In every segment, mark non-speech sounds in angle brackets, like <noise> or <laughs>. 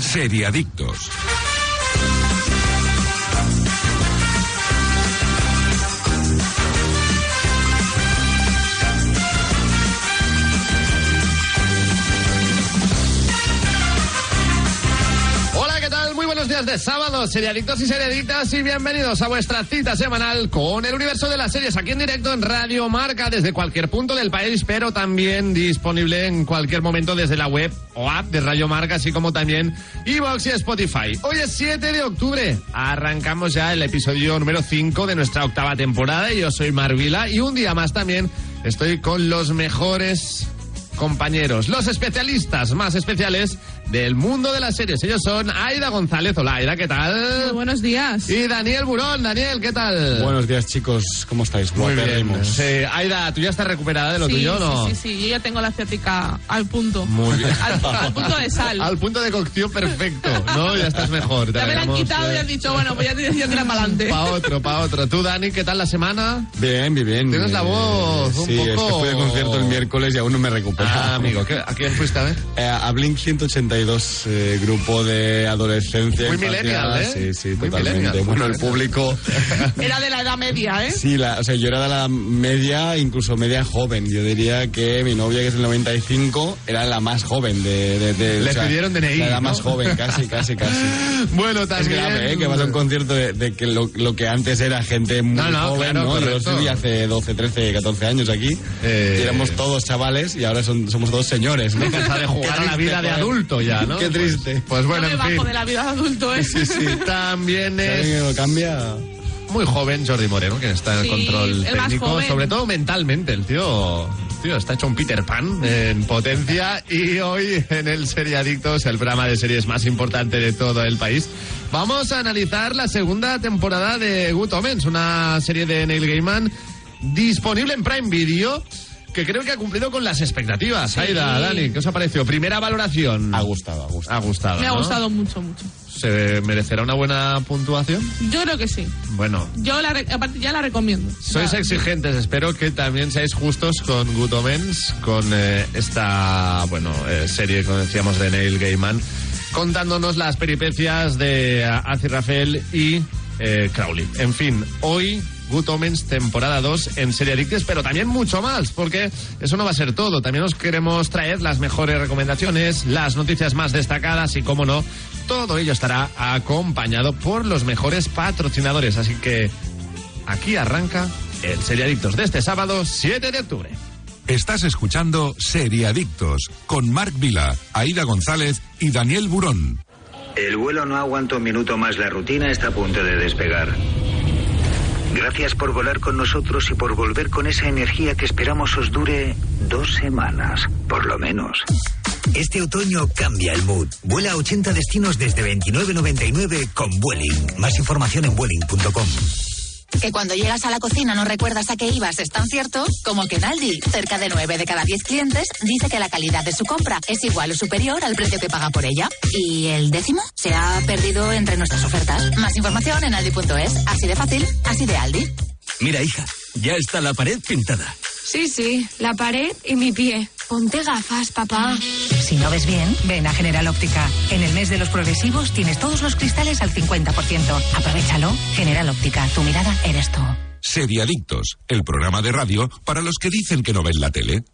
Seriadictos. Hola, ¿qué tal? Muy buenos días de sábado, seriadictos y seriaditas, y bienvenidos a vuestra cita semanal con el universo de las series aquí en directo en Radio Marca desde cualquier punto del país, pero también disponible en cualquier momento desde la web o app de Radio Marca, así como también Evox y Spotify. Hoy es 7 de octubre, arrancamos ya el episodio número 5 de nuestra octava temporada y yo soy Marvila y un día más también estoy con los mejores compañeros, los especialistas más especiales del mundo de las series. Ellos son Aida González. Hola, Aida, ¿qué tal? Muy buenos días. Y Daniel Burón. Daniel, ¿qué tal? Buenos días, chicos. ¿Cómo estáis? Eh. Muy bien. Guapérrimos. Sí, Aida, ¿tú ya estás recuperada de lo sí, tuyo o no? sí, sí, sí, yo ya tengo la ciática al punto. Muy bien. Al, al punto de <laughs> sal. Al punto de cocción perfecto, ¿no? Ya estás mejor. te ya me la han alegramos. quitado y han dicho, bueno, pues ya te ya tiras para adelante. Pa' otro, pa' otro. Tú, Dani, ¿qué tal la semana? Bien, bien, bien. Tienes la Eh, voz un Sí, es que poco- fui al concierto el miércoles y aún no me recupero. Ah, amigo, ¿qué- ¿a quién fuiste a ver? Eh, a Blink 182, eh, grupo de adolescencia. Muy infancia. millennial, ¿eh? Sí, sí, Muy totalmente. millennial. Bueno, <laughs> el público. Era de la edad media, ¿eh? Sí, la, o sea, yo era de la media, incluso media joven. Yo diría que mi novia, que es del 95, era la más joven de. de, de- Le o sea, pidieron DNI, La edad ¿no? más joven, casi, casi, <laughs> casi. Bueno, Es también... grave, ¿eh? Que vas a <laughs> un concierto de, de que lo, lo que antes era gente muy No, no, joven, claro, ¿no? Yo correcto. estuve hace 12, 13, 14 años aquí. Eh. Y éramos todos chavales y ahora son- somos todos señores, ¿no? Deja de jugar Qué a la triste, vida de joder. adulto ya, ¿no? Qué triste. Pues, pues bueno, Yo en me fin. bajo de la vida de adulto, ¿eh? Sí, sí. <laughs> También ¿Saben que es lo cambia? muy joven Jordi Moreno, que está en Sí, control el más técnico, joven. sobre todo mentalmente. El tío, tío está hecho un Peter Pan en potencia y hoy en el Serie Adictos, el programa de series más importante de todo el país, vamos a analizar la segunda temporada de Good Omens, una serie de Neil Gaiman disponible en Prime Video que creo que ha cumplido con las expectativas. Aida, Dani, ¿qué os ha parecido? Primera valoración. Ha gustado, ha gustado. Ha gustado. Me ha ¿no? gustado mucho, mucho. ¿Se merecerá una buena puntuación? Yo creo que sí. Bueno, Yo la, re- aparte ya la recomiendo. sois Ya. exigentes, espero que también seáis justos con Good Omens, con eh, esta, bueno, eh, serie, como decíamos, de Neil Gaiman, contándonos las peripecias de Azi Rafael y eh, Crowley. En fin, hoy Good Omens temporada 2 en Serie Addictes, pero también mucho más, porque eso no va a ser todo. También os queremos traer las mejores recomendaciones, las noticias más destacadas y, cómo no, todo ello estará acompañado por los mejores patrocinadores. Así que Aquí arranca el Seriadictos de este sábado 7 de octubre. Estás escuchando Seriadictos con Marc Vila, Aida González y Daniel Burón. El vuelo no aguanta un minuto más. La rutina está a punto de despegar. Gracias por volar con nosotros y por volver con esa energía que esperamos os dure dos semanas, por lo menos. Este otoño cambia el mood. Vuela a 80 destinos desde 29.99 con Vueling. Más información en vueling.com. Que cuando llegas a la cocina no recuerdas a qué ibas es tan cierto como que en Aldi, cerca de 9 de cada 10 clientes, dice que la calidad de su compra es igual o superior al precio que paga por ella. Y el décimo se ha perdido entre nuestras ofertas. Más información en aldi.es. Así de fácil, así de Aldi. Mira, hija, ya está la pared pintada. Sí, sí, la pared y mi pie. Ponte gafas, papá. Si no ves bien, ven a General Óptica. En el mes de los progresivos tienes todos los cristales al 50%. Aprovechalo. General Óptica, tu mirada eres tú. Seriadictos, el programa de radio para los que dicen que no ven la tele.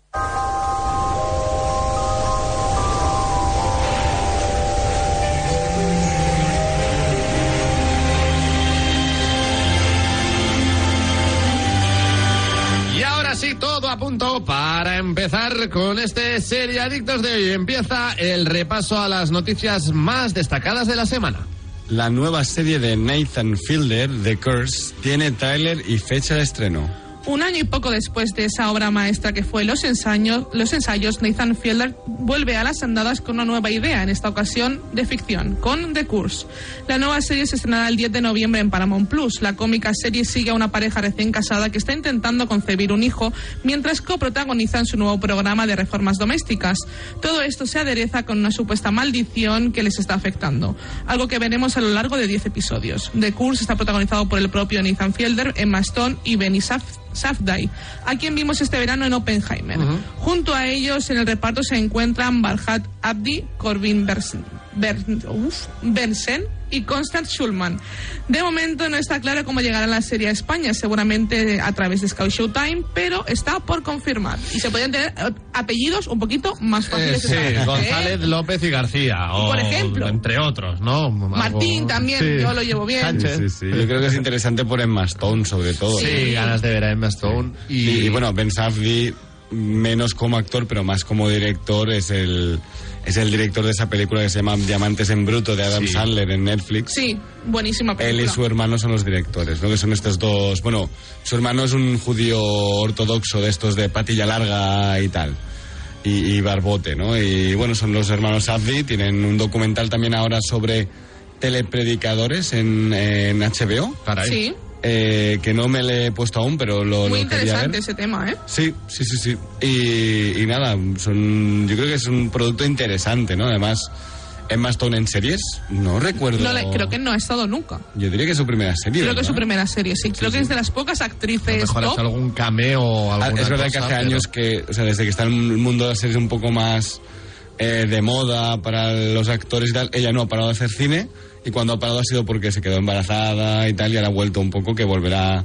Y ahora sí, todo a punto para empezar con este Seriadictos de hoy. Empieza el repaso a las noticias más destacadas de la semana. La nueva serie de Nathan Fielder, The Curse, tiene tráiler y fecha de estreno. Un año y poco después de esa obra maestra que fue Los ensayos, los ensayos Nathan Fielder vuelve a las andadas con una nueva idea, en esta ocasión de ficción, con The Curse. La nueva serie se estrenará el 10 de noviembre en Paramount Plus. La cómica serie sigue a una pareja recién casada que está intentando concebir un hijo mientras coprotagonizan su nuevo programa de reformas domésticas. Todo esto se adereza con una supuesta maldición que les está afectando, algo que veremos a lo largo de 10 episodios. The Curse está protagonizado por el propio Nathan Fielder, Emma Stone y Benny Saf- Safdie, a quien vimos este verano en Oppenheimer. Junto a ellos en el reparto se encuentran Barhat Abdi, Corbin Bers- Bern- uf, Bensen y Constant Schulman. De momento no está claro cómo llegará la serie a España, seguramente a través de Scout Showtime, pero está por confirmar. Y se podrían tener eh, apellidos un poquito más Eh, fáciles. de saber, sí, ¿eh? González, López y García. O, Por ejemplo. Entre otros, ¿no? Algo- Martín también, yo lo llevo bien. Sánchez. Sí, sí. Yo creo que es interesante por Emma Stone, sobre todo. Sí, ganas de ver a Emma Stone. Y, Y, y bueno, Ben Safdie, menos como actor, pero más como director, es el, es el director de esa película que se llama Diamantes en Bruto de Adam Sí. Sandler en Netflix. Sí, buenísima Él película. y su hermano son los directores, ¿no? Que son estos dos. Bueno, su hermano es un judío ortodoxo de estos de patilla larga y tal. Y, y barbote, ¿no? Y bueno, son los hermanos Safdie. Tienen un documental también ahora sobre telepredicadores en, en HBO. caray. Sí, eh, que no me le he puesto aún, pero lo, muy lo quería ver. interesante ese tema, ¿eh? Sí, sí, sí, sí. Y, y nada, son, yo creo que es un producto interesante, ¿no? Además, Emma Stone en series, no recuerdo. No le- creo que no ha estado nunca. Yo diría que es su primera serie. Creo que es su ¿verdad? primera serie, sí. Creo que es de las pocas A lo actrices mejor ha top. hecho algún cameo o Ah, alguna Es verdad que cosa, hace pero- años que, o sea, desde que está en el mundo de las series un poco más eh, de moda para los actores y tal, ella no ha parado de hacer cine y cuando ha parado ha sido porque se quedó embarazada y tal y ahora ha vuelto un poco que volverá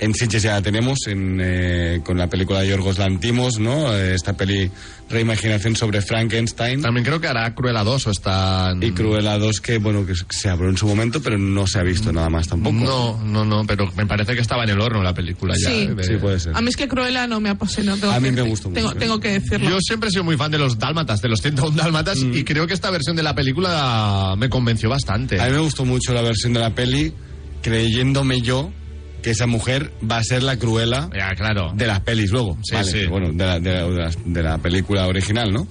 en Sitges ya la tenemos en, eh, con la película de Yorgos Lantimos, ¿no? Eh, Esta peli reimaginación sobre Frankenstein. También creo que hará Cruella 2 o está... Y Cruella 2 que, bueno, que se abrió en su momento, pero no se ha visto nada más tampoco. No, no, no, pero me parece que estaba en el horno la película ya. Sí. ¿eh? De- Sí, puede ser. A mí es que Cruella no me apasionó. tengo A mí que- me gustó mucho, Tengo, ¿eh? tengo que decirlo. Yo siempre he sido muy fan de los dálmatas, de los 101 dálmatas, Mm. y creo que esta versión de la película me convenció bastante. A mí me gustó mucho la versión de la peli, creyéndome yo que esa mujer va a ser la cruela Ya, claro. de las pelis luego. Sí, Vale, sí. Bueno, de la, de la- de las- de la película original, ¿no?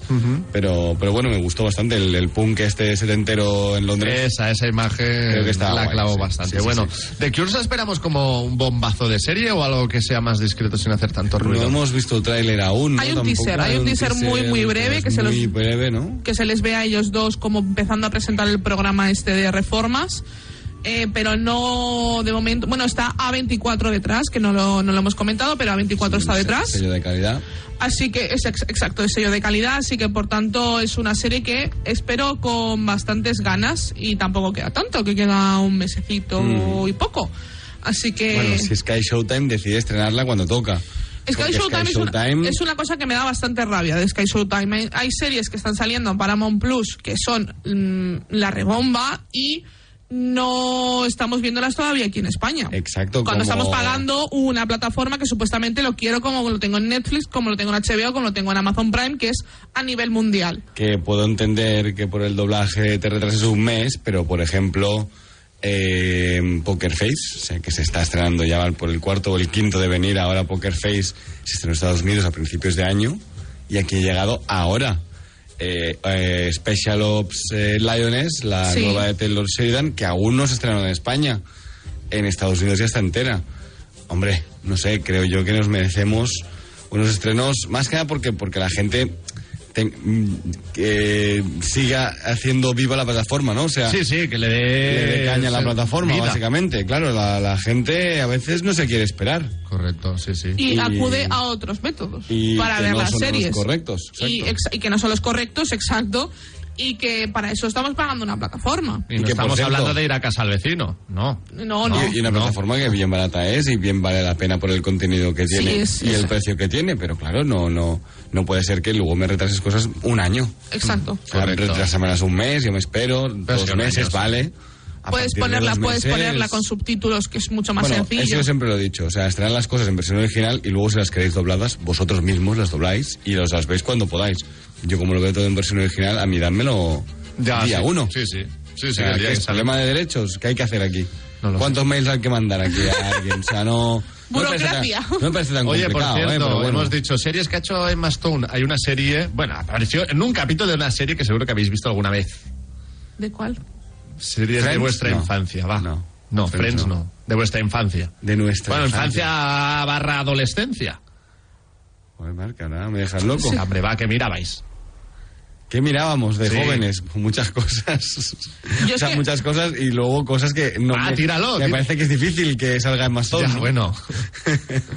pero, pero bueno, me gustó bastante el, el punk este setentero en Londres. Esa, esa imagen Creo que estaba la guay, clavó sí. bastante. Sí, sí, bueno, sí. ¿de Cures esperamos como un bombazo de serie o algo que sea más discreto sin hacer tanto no ruido? hemos visto tráiler aún. ¿no? Hay un Tampoco. teaser, hay un teaser muy, muy breve es que se los- Muy breve, ¿no? Que se les vea a ellos dos como empezando a presentar el programa este de reformas. eh, pero no de momento. Bueno, está A24 detrás, que no lo, no lo hemos comentado, pero A24 está detrás. Sello de calidad. Así que es ex- exacto, es sello de calidad. Así que por tanto es una serie que espero con bastantes ganas y tampoco queda tanto, que queda un mesecito y poco. Así que. Bueno, si Sky Showtime decide estrenarla cuando toca. Sky Porque Showtime, es, Showtime- una, es una cosa que me da bastante rabia de Sky Showtime. Hay, hay series que están saliendo en Paramount Plus que son mm, la rebomba y no estamos viéndolas todavía aquí en España. Exacto, Cuando como- estamos pagando una plataforma que supuestamente lo quiero como lo tengo en Netflix, como lo tengo en HBO, como lo tengo en Amazon Prime, que es a nivel mundial. que puedo entender que por el doblaje te retrases un mes, pero por ejemplo, eh, Poker Face, o sea, que se está estrenando ya van por el cuarto o el quinto de venir ahora Poker Face, se estrenó en Estados Unidos a principios de año y aquí ha llegado ahora. Eh, eh, Special Ops eh, Lioness, la Sí. nueva de Taylor Sheridan, que aún no se estrenó en España. En Estados Unidos ya está entera. Hombre, no sé, creo yo que nos merecemos unos estrenos, más que nada porque, porque la gente te- mm, que siga haciendo viva la plataforma, ¿no? O sea, Sí, sí, que le que dé, le dé caña a la se- plataforma, vida. básicamente. Claro, la, la gente a veces no se quiere esperar. Correcto, sí, sí. Y, Y- acude a otros métodos y para que ver no las son los series. correctos, Y, exacto. exa- y que no son los correctos, exacto. Y que para eso estamos pagando una plataforma. Y y no que, por estamos cierto- hablando de ir a casa al vecino, no. No, no. y, y una plataforma que bien barata es y bien vale la pena por el contenido que Sí, tiene es- y el es- precio que tiene, pero claro, no, no, no puede ser que luego me retrases cosas un año. Mm. Exacto. Correcto. Retrasamalas un mes, yo me espero, es que dos un año, meses, sí. vale. A Puedes partir de ponerla, dos puedes meses- ponerla con subtítulos, que es mucho más bueno, Eso sencillo. em- yo siempre lo he dicho, o sea, estrenar las cosas en versión original y luego si las queréis dobladas, vosotros mismos las dobláis y los las veis cuando podáis. Yo como lo veo todo en versión original, a mí dámelo día sí. uno. Sí, sí. Sí, sí, O sea, el día que ¿qué es sale. problema de derechos? ¿Qué hay que hacer aquí? No lo ¿Cuántos mails hay que mandar aquí a alguien? O sea, no... no me parece tan- Burocracia. No me parece tan, Oye, por complicado, ¿eh? cierto, Pero bueno. hemos dicho series que ha hecho Emma Stone. Hay una serie, bueno, apareció en un capítulo de una serie que seguro que habéis visto alguna vez. ¿De cuál? Series de ¿Friends? vuestra No. infancia, va. No. no Friends Friends no. no. De vuestra infancia. De nuestra bueno, infancia barra adolescencia. Joder, Marc, ahora me dejas loco. Hombre, va, que mirabais. ¿Qué mirábamos de Sí. jóvenes? Muchas cosas. Yo o es sea, que- muchas cosas y luego cosas que no Ah, me, tíralo, me tí- parece que es difícil que salga en Mastón. Ya, bueno.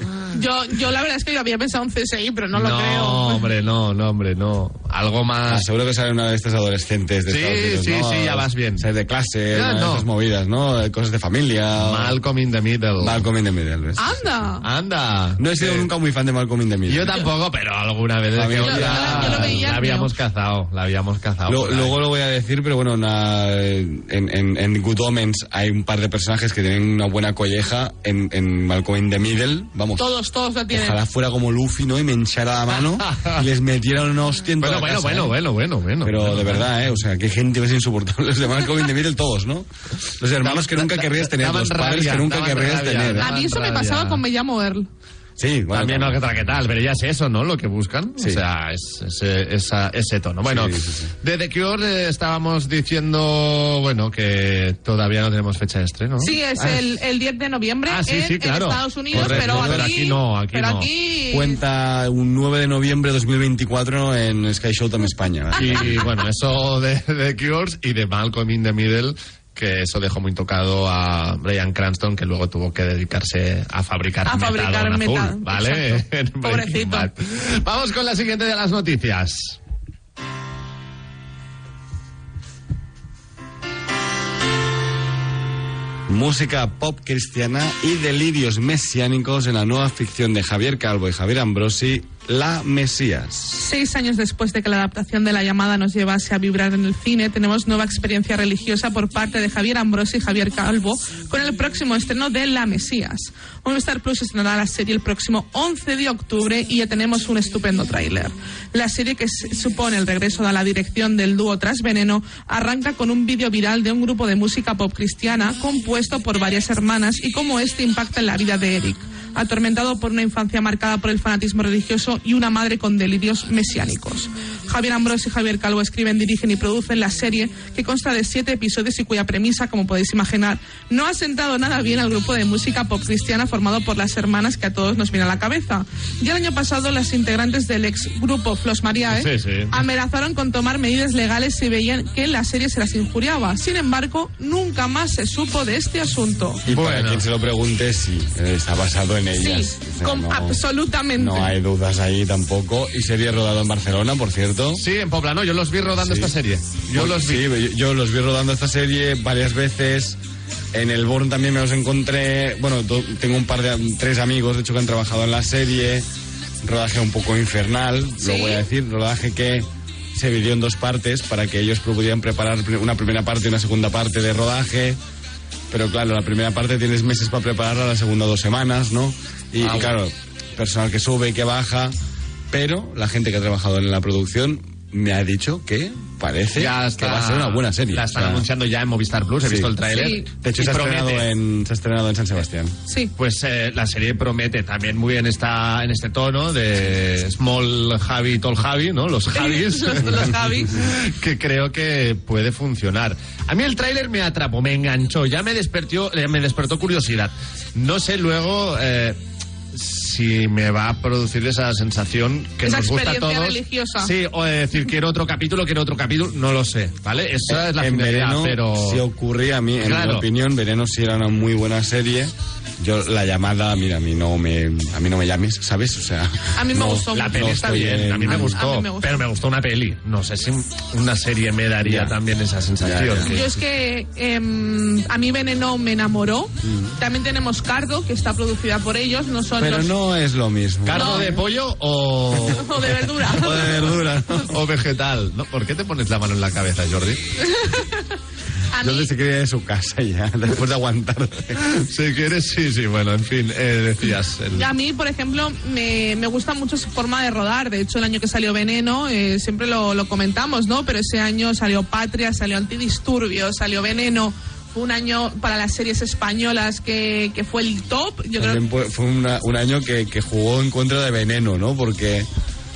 Ah. Yo, yo la verdad es que yo había pensado en CSI, pero no lo creo. hombre, no, no, hombre, no. algo Ah, más... seguro que sale una de estas adolescentes de Sí, Estados Unidos, sí, ¿no? sí, ya vas bien. O sea, de clase, Ya, una de no. esas movidas, ¿no? Eh, Cosas de familia. Malcolm in the Middle. Malcolm in the Middle. ¿ves? Ah. ¡Anda! Ah. Anda. No he sido Sí. nunca muy fan de Malcolm in the Middle. Eh, Yo tampoco, pero alguna vez... La es que había- la- yo lo veía, la habíamos tío. cazado, la habíamos cazado. Lo- por ahí. luego lo voy a decir, pero bueno, na- en, en- en Good Omens hay un par de personajes que tienen una buena colleja. En, en Malcolm in the Middle, vamos. Todos, todos la tienen. Ojalá fuera como Luffy, ¿no? Y me hinchara la mano y les metiera una hostia en Bueno, toda bueno, la casa, bueno, ¿eh? bueno, bueno, bueno. Pero Bueno, de bueno. verdad, ¿eh? O sea, qué gente más insoportable. <laughs> Los de Malcolm in the Middle, todos, ¿no? Los hermanos que Da- nunca da- querrías tener, daban los padres rabia, que nunca daban querrías rabia, tener. ¿eh? daban A mí eso me rabia. pasaba con Me llamo Earl. Sí, bueno, También no que tal, que tal, pero ya es eso, ¿no? Lo que buscan. Sí. O sea, es, ese- esa- ese tono. Bueno, Sí, sí, sí. de The Cure eh, estábamos diciendo, bueno, que todavía no tenemos fecha de estreno. ¿no? Sí, es Ah, el, el 10 de noviembre Ah, sí, en, sí, en claro. Estados Unidos, Correcto, pero, aquí, pero aquí no, aquí pero no. aquí- Cuenta un 9 de noviembre de 2024 en Sky <laughs> Showtime España. ¿vale? Y bueno, eso de The Cures y de Malcolm in the Middle, que eso dejó muy tocado a Brian Cranston, que luego tuvo que dedicarse a fabricar, A metadona fabricar azul, meta- ¿vale? <laughs> exacto. En Breaking Pobrecito. Bad. Vamos con la siguiente de las noticias. Música pop cristiana y delirios mesiánicos en la nueva ficción de Javier Calvo y Javier Ambrosi, La Mesías. Seis años después de que la adaptación de La llamada nos llevase a vibrar en el cine, tenemos nueva experiencia religiosa por parte de Javier Ambrosi y Javier Calvo con el próximo estreno de La Mesías. Movistar Plus estrenará la serie el próximo 11 de octubre y ya tenemos un estupendo tráiler. La serie que se- supone el regreso a la dirección del dúo Tras Veneno arranca con un vídeo viral de un grupo de música pop cristiana compuesto por varias hermanas y cómo este impacta en la vida de Eric atormentado por una infancia marcada por el fanatismo religioso y una madre con delirios mesiánicos. Javier Ambrose y Javier Calvo escriben, dirigen y producen la serie, que consta de siete episodios y cuya premisa, como podéis imaginar, no ha sentado nada bien al grupo de música pop cristiana formado por las hermanas que a todos nos viene a la cabeza. Ya el año pasado, las integrantes del ex grupo Flos ¿eh? Mariae Sí, sí. amenazaron con tomar medidas legales si veían que la serie se las injuriaba. Sin embargo, nunca más se supo de este asunto. Y Bueno. para quien se lo pregunte, sí, eh, está basado en Sí, ellas. O sea, con- no- absolutamente. No hay dudas ahí tampoco. Y sería rodado en Barcelona, por cierto. Sí, en Poblano, yo los vi rodando Sí. esta serie. Yo Pues los vi. sí, yo, yo los vi rodando esta serie varias veces. En el Born también me los encontré. Bueno, do- tengo un par de tres amigos, de hecho, que han trabajado en la serie. Rodaje un poco infernal, lo Sí. voy a decir. Rodaje que se dividió en dos partes para que ellos pudieran preparar pri- una primera parte y una segunda parte de rodaje. Pero claro, la primera parte tienes meses para prepararla, la segunda dos semanas, ¿no? Y, Ah, y claro, personal que sube y que baja. Pero la gente que ha trabajado en la producción me ha dicho que parece ya está, que va a ser una buena serie. La están O sea, anunciando ya en Movistar Plus, he Sí. visto el tráiler. Sí. De hecho, Y se ha, estrenado promete. en, se ha estrenado en San Sebastián. Sí. Pues eh, la serie promete también muy bien esta, en este tono de Small Javi, Tall Javi, ¿no? Los Javis. Los- <laughs> los Javis. <laughs> que creo que puede funcionar. A mí el tráiler me atrapó, me enganchó, ya me despertó, eh, me despertó curiosidad. No sé luego eh, si me va a producir esa sensación que Esa nos gusta a experiencia todos. religiosa. Sí, o de decir quiero otro capítulo, quiero otro capítulo, no lo sé, ¿vale? Esa es la en finalidad, Vereno, pero si ocurría a mí, en Claro. mi opinión, Vereno sí era una muy buena serie. Yo, la llamada, mira, a mí no me, a mí no me llames, ¿sabes? O sea, A mí me no- gustó La no peli está estoy bien, a mí, me a mí gustó, me gustó. pero me gustó una peli. No sé si una serie me daría Ya. también esa sensación. Ya, ya. que- Yo es que em, a mí Veneno me enamoró. También tenemos Cardo, que está producida por ellos. No son Pero los... no es lo mismo. ¿Cardo No. de pollo o, o <laughs> de verdura. O de <laughs> verdura. o vegetal? ¿no? ¿Por qué te pones la mano en la cabeza, Jordi? A Yo mí, se quería ir de su casa ya, <laughs> después de aguantar. <laughs> Si quieres, sí, sí, bueno, en fin, eh, decías. el- a mí, por ejemplo, me, me gusta mucho su forma de rodar. De hecho, el año que salió Veneno, eh, siempre lo, lo comentamos, ¿no? Pero ese año salió Patria, salió Antidisturbios, salió Veneno. Fue un año para las series españolas que, que fue el top. Yo creo También fue- fue una- un año que, que jugó en contra de Veneno, ¿no? Porque,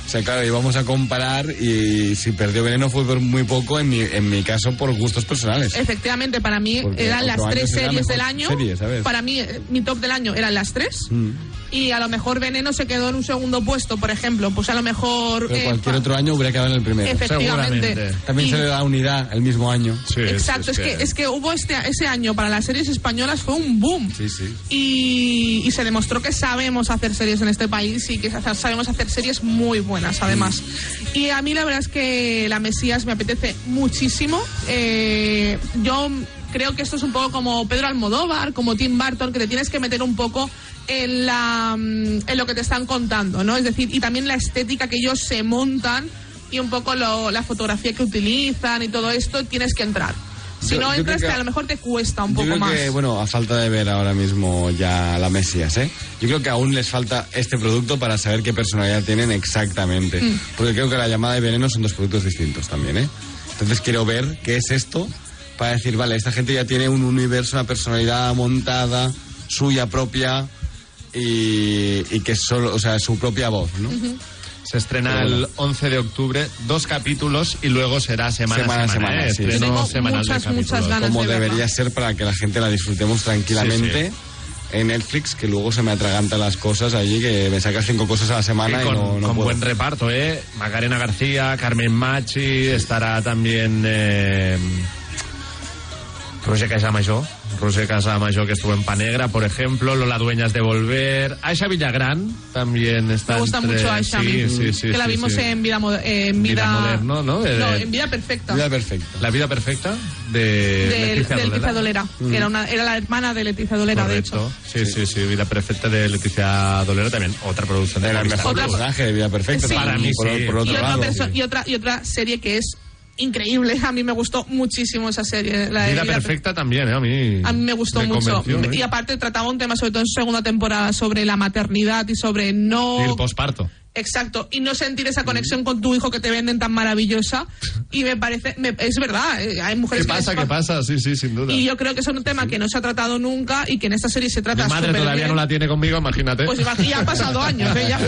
o sea, claro, íbamos a comparar y si perdió Veneno fue por muy poco, en mi, en mi caso, por gustos personales. Efectivamente, para mí Porque eran otro las año tres será series mejor del año. serie, ¿sabes? Mm. para mí, eh, mi top del año eran las tres. Y a lo mejor Veneno se quedó en un segundo puesto, por ejemplo. Pues a lo mejor. Pero eh, cualquier fa- otro año hubiera quedado en el primero. Efectivamente. seguramente. También Y- se le da unidad el mismo año. Sí, Exacto, es, que, es que hubo este, ese año para las series españolas fue un boom. Sí, sí. Y, y se demostró que sabemos hacer series en este país y que sa- sabemos hacer series muy buenas, además. Y a mí la verdad es que la Mesías me apetece muchísimo. Eh, yo creo que esto es un poco como Pedro Almodóvar, como Tim Burton, que te tienes que meter un poco en, la, mm, en lo que te están contando, ¿no? Es decir, y también la estética que ellos se montan y un poco lo- la fotografía que utilizan y todo esto, tienes que entrar. Si Yo- no yo creo entras, que- te- a lo mejor te cuesta un Yo poco creo más. que, bueno, a falta de ver ahora mismo ya la Mesías, ¿eh? Yo creo que aún les falta este producto para saber qué personalidad tienen exactamente. Mm. Porque creo que la llamada y veneno son dos productos distintos también, ¿eh? Entonces quiero ver qué es esto para decir, vale, esta gente ya tiene un universo, una personalidad montada, suya propia y, y que es solo, o sea, su propia voz, ¿no? Se estrena Pero el bueno. 11 de octubre, dos capítulos y luego será semana Semana a a semana. semana, ¿eh? sí. Estreno Yo tengo semanal de muchas, capítulos. muchas ganas. como de verla. debería ser para que la gente la disfrutemos tranquilamente. Sí, En Netflix, que luego se me atragantan las cosas allí, que me sacas cinco cosas a la Y semana y, con no, no con puedo. buen reparto, ¿eh? Macarena García, Carmen Machi, estará también... Eh, Roser Casamayor, Roser Casamayor que estuvo en Panegra, por ejemplo, Lola Dueñas de Volver, Aisha Villagrán también está Me gusta entre- mucho Aisha, a mí, sí, sí, sí, que la sí, vimos sí. en vida, mo- eh, en Vida vida, Moderno, ¿no? De- no, en vida perfecta. Vida perfecta. La vida perfecta de de Leticia de Leticia Dolera. Mm. Dolera, que era, una, era la hermana de Leticia Dolera, de Correcto. hecho. Sí, sí, sí, Vida Perfecta de Leticia Dolera también. Otra producción de Era el Movistar mejor Otra- Plus. personaje de Vida Perfecta. Sí. también, Para mí, por, sí. por otro Y otra, lado. perso- y, otra, y otra serie que es increíble. A mí me gustó muchísimo esa serie. La de Vida Vida Perfecta también, ¿eh? A mí. A mí me gustó me mucho. convenció, ¿eh? Y aparte trataba un tema, sobre todo en su segunda temporada, sobre la maternidad y sobre Y el Mm. no... posparto. Exacto, y no sentir esa conexión con tu hijo que te venden tan maravillosa. Y me parece, me- es verdad, eh, hay mujeres ¿Qué que les pasa? ¿Qué pasa? Sí, sí, sin duda. Y yo creo que es un tema que no se ha tratado nunca y que en esta serie se trata Mi madre súper todavía bien. no la ¿eh? tiene conmigo, imagínate. Pues imagínate, ya <laughs> han pasado años, ¿eh? Ya.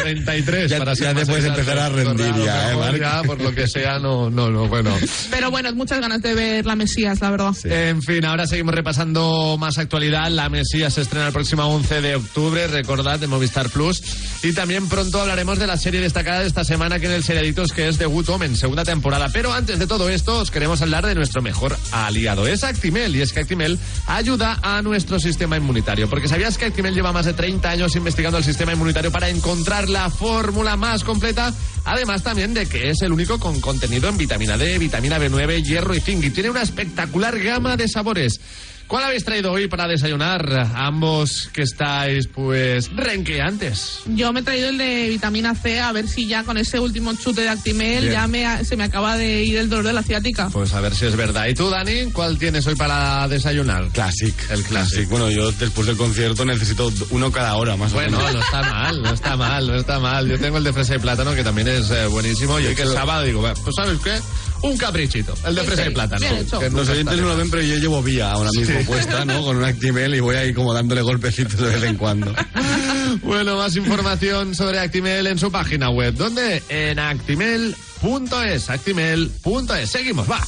33 Ya- para ser ya te más puedes exacto. empezar a rendir Claro, ya, ¿eh, mejor Marc? ya, por lo que sea, no, no, no, bueno. Pero bueno, muchas ganas de ver La Mesías, la verdad. En fin, ahora seguimos repasando más actualidad. La Mesías se estrena el próximo 11 de octubre, recordad, de Movistar Plus. Y también pronto hablaremos de la serie destacada de esta semana que en el Seriaditos, que es The Good Omen, segunda temporada. Pero antes de todo esto, os queremos hablar de nuestro mejor aliado. Es Actimel, y es que Actimel ayuda a nuestro sistema inmunitario. Porque ¿sabías que Actimel lleva más de 30 años investigando el sistema inmunitario para encontrar la fórmula más completa? Además también de que es el único con contenido en vitamina D, vitamina B9, hierro y zinc y tiene una espectacular gama de sabores. ¿Cuál habéis traído hoy para desayunar? Ambos que estáis pues renqueantes. Yo me he traído el de vitamina C, a ver si ya con ese último chute de Actimel Bien. ya me, ha- se me acaba de ir el dolor de la ciática. Pues a ver si es verdad. ¿Y tú, Dani, cuál tienes hoy para desayunar? Classic. El Classic. Bueno, yo después del concierto necesito uno cada hora, más o Bueno, menos. no está mal, no está mal, no está mal. Yo tengo el de fresa y plátano que también es eh, buenísimo. Y hoy que es sábado digo, "Bueno, pues ¿sabes qué? Un caprichito, el de Sí, fresa y sí, plátano. bien hecho. que nunca Los está oyentes de no lo más. ven, pero yo llevo vía ahora mismo puesta, ¿no? Con un Actimel y voy ahí como dándole golpecitos de vez en cuando. <laughs> Bueno, más información sobre Actimel en su página web. ¿Dónde? En actimel.es. Actimel.es. Seguimos, va.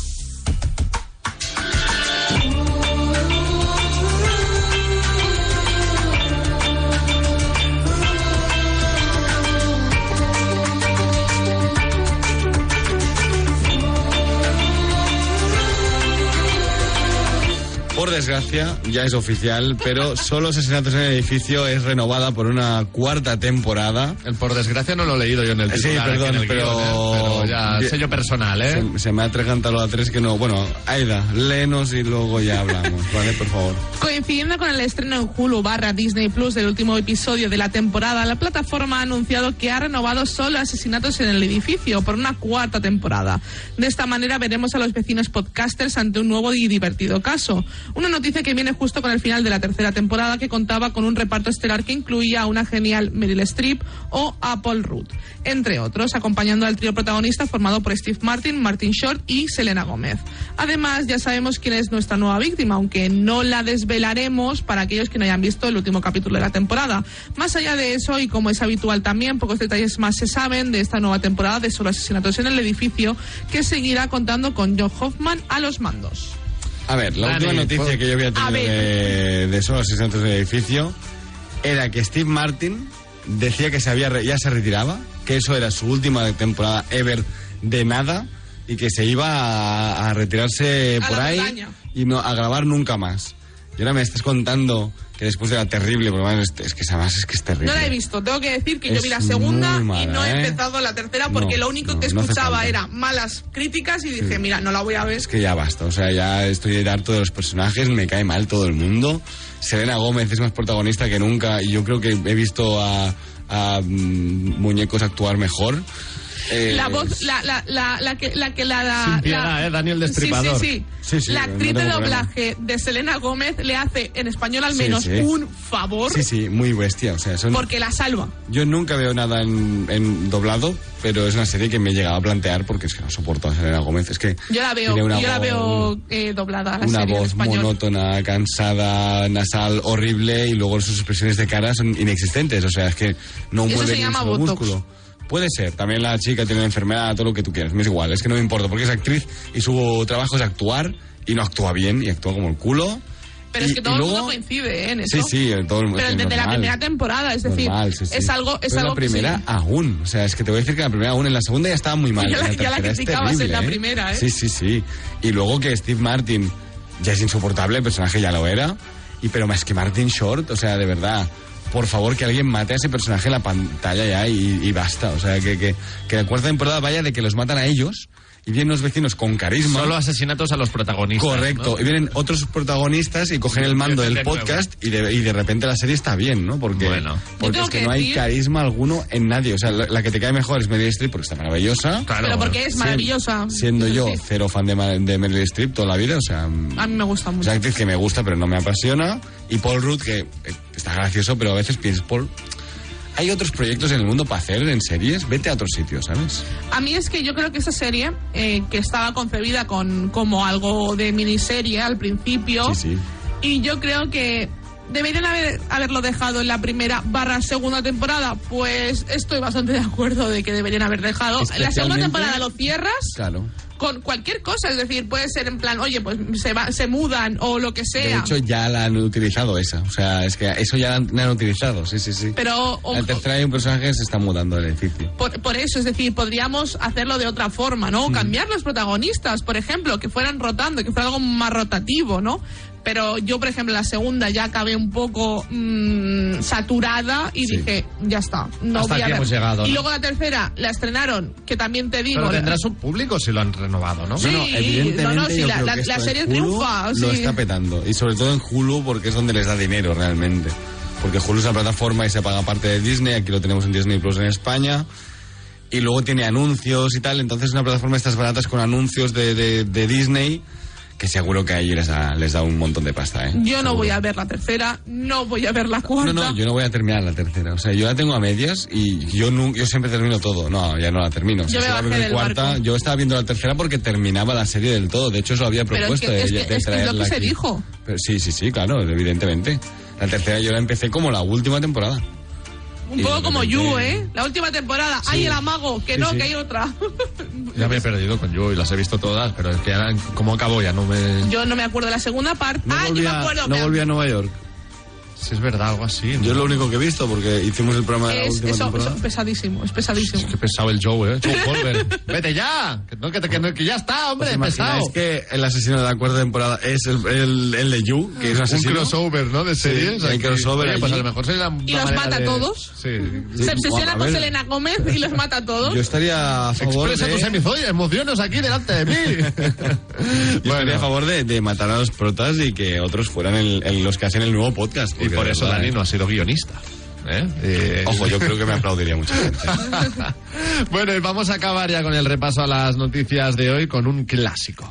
Por desgracia, ya es oficial, pero solo Asesinatos en el Edificio es renovada por una cuarta temporada. El por desgracia no lo he leído yo en el Sí, titular. aquí en perdón, el pero- guion, ¿eh? Pero ya, Bien. sello personal, ¿eh? Se, se me ha tragantado a tres que no. Bueno, Aida, léenos y luego ya hablamos, ¿vale? Por favor. Coincidiendo con el estreno en Hulu barra Disney Plus del último episodio de la temporada, la plataforma ha anunciado que ha renovado solo asesinatos en el edificio por una cuarta temporada. De esta manera veremos a los vecinos podcasters ante un nuevo y divertido caso. Una noticia que viene justo con el final de la tercera temporada que contaba con un reparto estelar que incluía a una genial Meryl Streep o a Paul Rudd, entre otros, acompañando al trío protagonista formado por Steve Martin, Martin Short y Selena Gómez. Además, ya sabemos quién es nuestra nueva víctima, aunque no la desvelaremos para aquellos que no hayan visto el último capítulo de la temporada. Más allá de eso, y como es habitual también, pocos detalles más se saben de esta nueva temporada de Solo Asesinatos en el Edificio, que seguirá contando con John Hoffman a los mandos. A ver, la Dani, última noticia por- que yo había A tenido ver. de, de solo asistentes del edificio era que Steve Martin decía que se había re- ya se retiraba, que eso era su última temporada ever de nada y que se iba a, a retirarse A por la ahí montaña. y no a grabar nunca más. Y ahora me estás contando que después de la terrible, porque bueno, es, es que además es que es terrible. No la he visto, tengo que decir que yo Es vi la segunda muy mala, y no he ¿eh? empezado la tercera porque No, lo único no, que no hace escuchaba falta. era malas críticas y dije, Sí. mira, no la voy a ver. Es que ya basta, o sea, ya estoy harto de los personajes, me cae mal todo el mundo. Selena Gómez es más protagonista que nunca y yo creo que he visto a, a, mm, muñecos actuar mejor. Eh, La voz, la, la, la, la que la... que la, la- Sin piedad, la- ¿eh? Daniel Sí, Destripador. Sí, sí, Sí, sí, La no actriz de tengo problema. doblaje de Selena Gómez le hace, en español al Sí, menos, sí. un favor Sí, sí, muy bestia, o sea, son... porque la salva. Yo nunca veo nada en, en doblado, pero es una serie que me he llegado a plantear porque es que no soporto a Selena Gómez. Es que Yo la veo, tiene yo una la voz- veo eh, doblada la una serie en voz español. monótona, cansada, nasal, horrible y luego sus expresiones de cara son inexistentes. O sea, es que no Eso mueve se ni un llama solo botox. músculo. Puede ser, también la chica tiene una enfermedad, todo lo que tú quieras, me es igual, es que no me importa, porque es actriz y su trabajo es actuar y no actúa bien y actúa como el culo. Pero Y- es que todo y luego- el mundo coincide ¿eh? en eso. Sí, sí, todo el mundo. Pero es que desde la normal. primera temporada, es decir, Normal, sí, sí. es algo, es Pero algo la primera que sí. aún. O sea, es que te voy a decir que la primera aún, en la segunda ya estaba muy mal. <laughs> Ya en la- ya la tercera es criticabas en terrible, la primera, ¿eh? Sí, sí, sí. Y luego que Steve Martin ya es insoportable, el personaje ya lo era. Y pero más que Martin Short, o sea, de verdad. Por favor, que alguien mate a ese personaje en la pantalla ya y, y basta. O sea, que, que, que la cuarta temporada vaya de que los matan a ellos y vienen los vecinos con carisma. Solo asesinatos a los protagonistas. Correcto. ¿no? Y vienen otros protagonistas y cogen el mando del De nuevo. podcast y de, y de repente la serie está bien, ¿no? Porque, Bueno. Yo porque tengo es que, que no hay decir- carisma alguno en nadie. O sea, la, la que te cae mejor es Meryl Streep porque está maravillosa. Claro. Pero porque es Ah, Sí. maravillosa. Siendo Eso yo sí. cero fan de, Ma- de Meryl Streep toda la vida, o sea... mm, A mí me gusta Es mucho. una actriz que me gusta pero no me apasiona. Y Paul Rudd, que eh, está gracioso, pero a veces piensas, Paul... Hay otros proyectos en el mundo para hacer en series, vete a otro sitio, ¿sabes? A mí es que yo creo que esta serie, eh, que estaba concebida con, como algo de miniserie al principio, Sí, sí. y yo creo que deberían haber, haberlo dejado en la primera barra segunda temporada, pues estoy bastante de acuerdo de que deberían haber dejado. La segunda Especialmente- temporada lo cierras Claro. con cualquier cosa, es decir, puede ser en plan, oye, pues se, va- se mudan o lo que De sea. hecho, ya la han utilizado esa. O sea, es que eso ya la han, la han utilizado, sí, sí, sí. pero o- la tercera hay un personaje que se está mudando del edificio. Por, por eso, es decir, podríamos hacerlo de otra forma, ¿no? O Cambiar los protagonistas, por ejemplo, que fueran rotando, que fuera algo más rotativo, ¿no? Pero yo, por ejemplo, la segunda ya acabé un poco mm, saturada y Sí. dije, ya está, no Hasta voy a aquí ver. hemos llegado, Y ¿no? luego la tercera la estrenaron, que también te digo. Pero la- tendrás un público si lo han renovado, ¿no? Sí, no, no, evidentemente no, no, sí, yo la- creo la- que esto la en serie Hulu triunfa, Lo sí. está petando. Y sobre todo en Hulu porque es donde les da dinero realmente. Porque Hulu es la plataforma y se paga parte de Disney. Aquí lo tenemos en Disney Plus en España. Y luego tiene anuncios y tal. Entonces es una plataforma de estas baratas con anuncios de, de- de Disney que seguro que ahí les da, les da un montón de pasta, ¿eh? Yo no Seguro. voy a ver la tercera, no voy a ver la cuarta. No, no, yo no voy a terminar la tercera. O sea, yo la tengo a medias y yo nu- yo siempre termino todo. No, ya no la termino. O sea, Yo me si la bajé veo en del cuarta, barco. yo estaba viendo la tercera porque terminaba la serie del todo. De hecho, eso lo había Pero es que- propuesto. es ella que- de es que es lo traerla que se aquí. dijo. Pero sí, sí, sí, claro, evidentemente. La tercera yo la empecé como la última temporada. un y poco de como repente- You, ¿eh? La última temporada, hay el amago! Que Sí, no, sí. que hay otra. <laughs> Ya me he perdido con yo y las he visto todas, pero es que ahora, ¿cómo acabó? Ya no me. yo no me acuerdo de la segunda parte. No ah, yo volví me a- acuerdo. no me- volví a Nueva York. Si es verdad, algo así. ¿no? Yo es lo único que he visto porque hicimos el programa de la Es, última eso, temporada. eso es pesadísimo, es Es pesadísimo. que pesado el Joe, ¿eh? <laughs> Joe Colbert. ¡Vete ya! Que, no, que, te- que no- que ya está, ¿Os hombre, pesado. imagináis que el asesino de la cuarta temporada es el, el, el de You, que es un Un asesino? crossover, ¿no? De series. hay aquí. crossover Oye, pues a allí. lo mejor sería la- ¿Y la los manera mata a de- todos? Sí. Se Sí, obsesiona a con ver, Selena Gómez y los mata a todos. Yo estaría a favor Expresa de... tus emo- emociones aquí delante <laughs> de mí. Yo estaría a favor de, de matar a los protas y que otros fueran el- el- los que hacen el nuevo podcast. Y porque por de eso verdad, Dani eh. no ha sido guionista. ¿eh? Eh, Ojo, yo creo que me aplaudiría mucha gente. <laughs> bueno, y vamos a acabar ya con el repaso a las noticias de hoy con un clásico.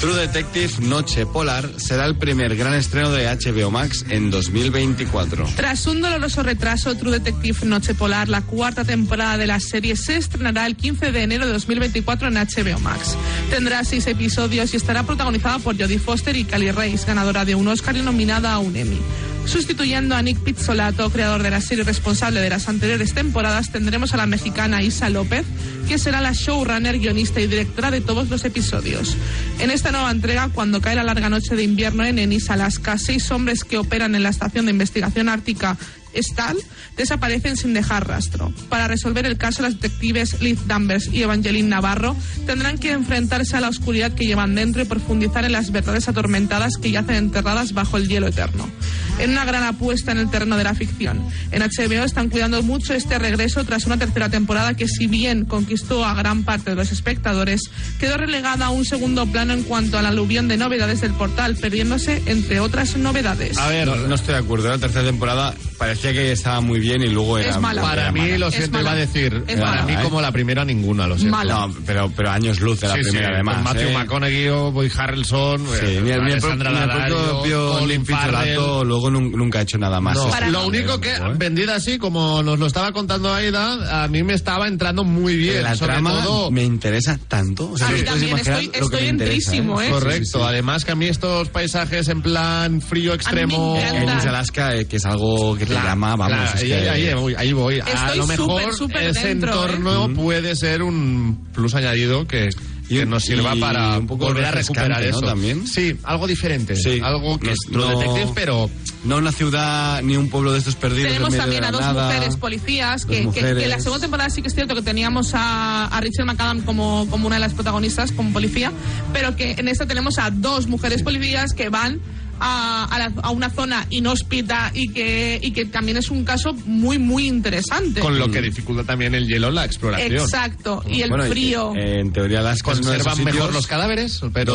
True Detective Noche Polar será el primer gran estreno de HBO Max en 2024. Tras un doloroso retraso, True Detective Noche Polar, la cuarta temporada de la serie, se estrenará el 15 de enero de 2024 en HBO Max. Tendrá seis episodios y estará protagonizada por Jodie Foster y Cali Reis, ganadora de un Oscar y nominada a un Emmy. Sustituyendo a Nick Pizzolato, creador de la serie y responsable de las anteriores temporadas, tendremos a la mexicana Isa López, que será la showrunner, guionista y directora de todos los episodios. En esta nueva entrega, cuando cae la larga noche de invierno en Ennis, Alaska, seis hombres que operan en la estación de investigación ártica Stahl desaparecen sin dejar rastro. Para resolver el caso, las detectives Liz Danvers y Evangeline Navarro tendrán que enfrentarse a la oscuridad que llevan dentro y profundizar en las verdades atormentadas que yacen enterradas bajo el hielo eterno. En una gran apuesta en el terreno de la ficción. En HBO están cuidando mucho este regreso tras una tercera temporada que, si bien conquistó a gran parte de los espectadores, quedó relegada a un segundo plano en cuanto al aluvión de novedades del portal, perdiéndose entre otras novedades. A ver, no estoy de acuerdo. La tercera temporada parecía que estaba muy bien y luego era. Es mala. Para era mí, mala. lo Es siento, mala. iba a decir. Es para mala, mí, ¿eh? como la primera, ninguna, lo siento. Mala. No, pero, pero años luz de la Sí, primera, sí, además. con Matthew ¿eh? McConaughey, Woody Harrelson, Sí, eh, ni el, ni el pro- Alessandra ni el Daddario, propio Colin Lin Farrell. Pizzolato luego nun- nunca ha hecho nada ¿eh? más. No, Es Para- lo un único que, problema, ¿eh? vendida así, como nos lo estaba contando Aida, a mí me estaba entrando muy bien. la sobre trama todo, me interesa tanto. O sea, A no mí os podéis también, imaginar estoy- lo que estoy me interesa, entrísimo, ¿eh? Correcto. Sí, sí, sí. Además que a mí estos paisajes en plan frío extremo... encanta. En Miss Alaska, eh, que es algo que te llama, vamos. Claro, es ahí, que- ahí- ahí voy, ahí voy. a Estoy lo mejor súper, súper ese dentro, ¿eh? entorno puede ser un plus añadido que, Y- que nos sirva y para un poco volver a refrescante, recuperar ¿no? eso. También. Sí, algo diferente. Sí. Algo que No- es True no- Detective, pero... No una ciudad ni un pueblo de estos perdidos. en Tenemos medio también de a la dos nada. mujeres policías, que, Dos que- que mujeres. la segunda temporada sí que es cierto que teníamos a, a Rachel McAdam como, como una de las protagonistas, como policía, pero que en esta tenemos a dos mujeres policías que van a, a la- a una zona inhóspita y que, y que también es un caso muy, muy interesante. Con lo que Mm. dificulta también el hielo la exploración. Exacto, y el Bueno, y- frío. eh, en teoría, Alaska es uno de esos Conservan mejor sitios los cadáveres, pero...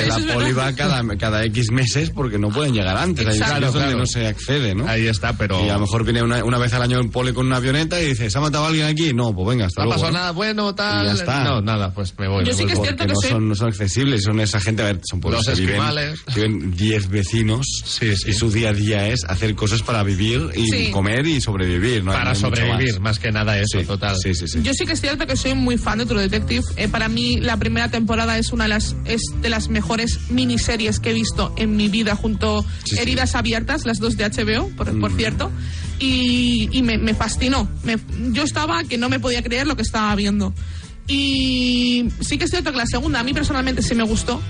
<laughs> Eso la es verdad. poli va cada, cada X meses porque no pueden llegar antes. Hay Exacto. sitios donde Claro. no se accede, ¿no? Ahí está, pero... Y a lo mejor viene una, una vez al año el poli con una avioneta y dice, ¿se ha matado alguien aquí? No, pues venga, No hasta ha luego. pasado ¿no? nada bueno, tal. Y ya está. No, nada, pues me voy. Yo me sí que vuelvo. es cierto que no sí. son, no son accesibles, son esa gente, a ver, son pueblos Los que viven, esquimales. viven 10 vecinos Sí, sí. y su día a día es hacer cosas para vivir y Sí. comer y sobrevivir. No hay- no Para hay mucho sobrevivir, más. más. que nada eso, Sí, total. Sí, sí, sí. Yo sí que es cierto que soy muy fan de True Detective. Eh, para mí la primera temporada es una de las es de las mejores miniseries que he visto en mi vida junto Sí, Mm. sí. Heridas Abiertas, las dos de HBO, por, por cierto. Y, y me, me fascinó. Me- yo estaba que no me podía creer lo que estaba viendo. Y sí que es cierto que la segunda a mí personalmente sí me gustó,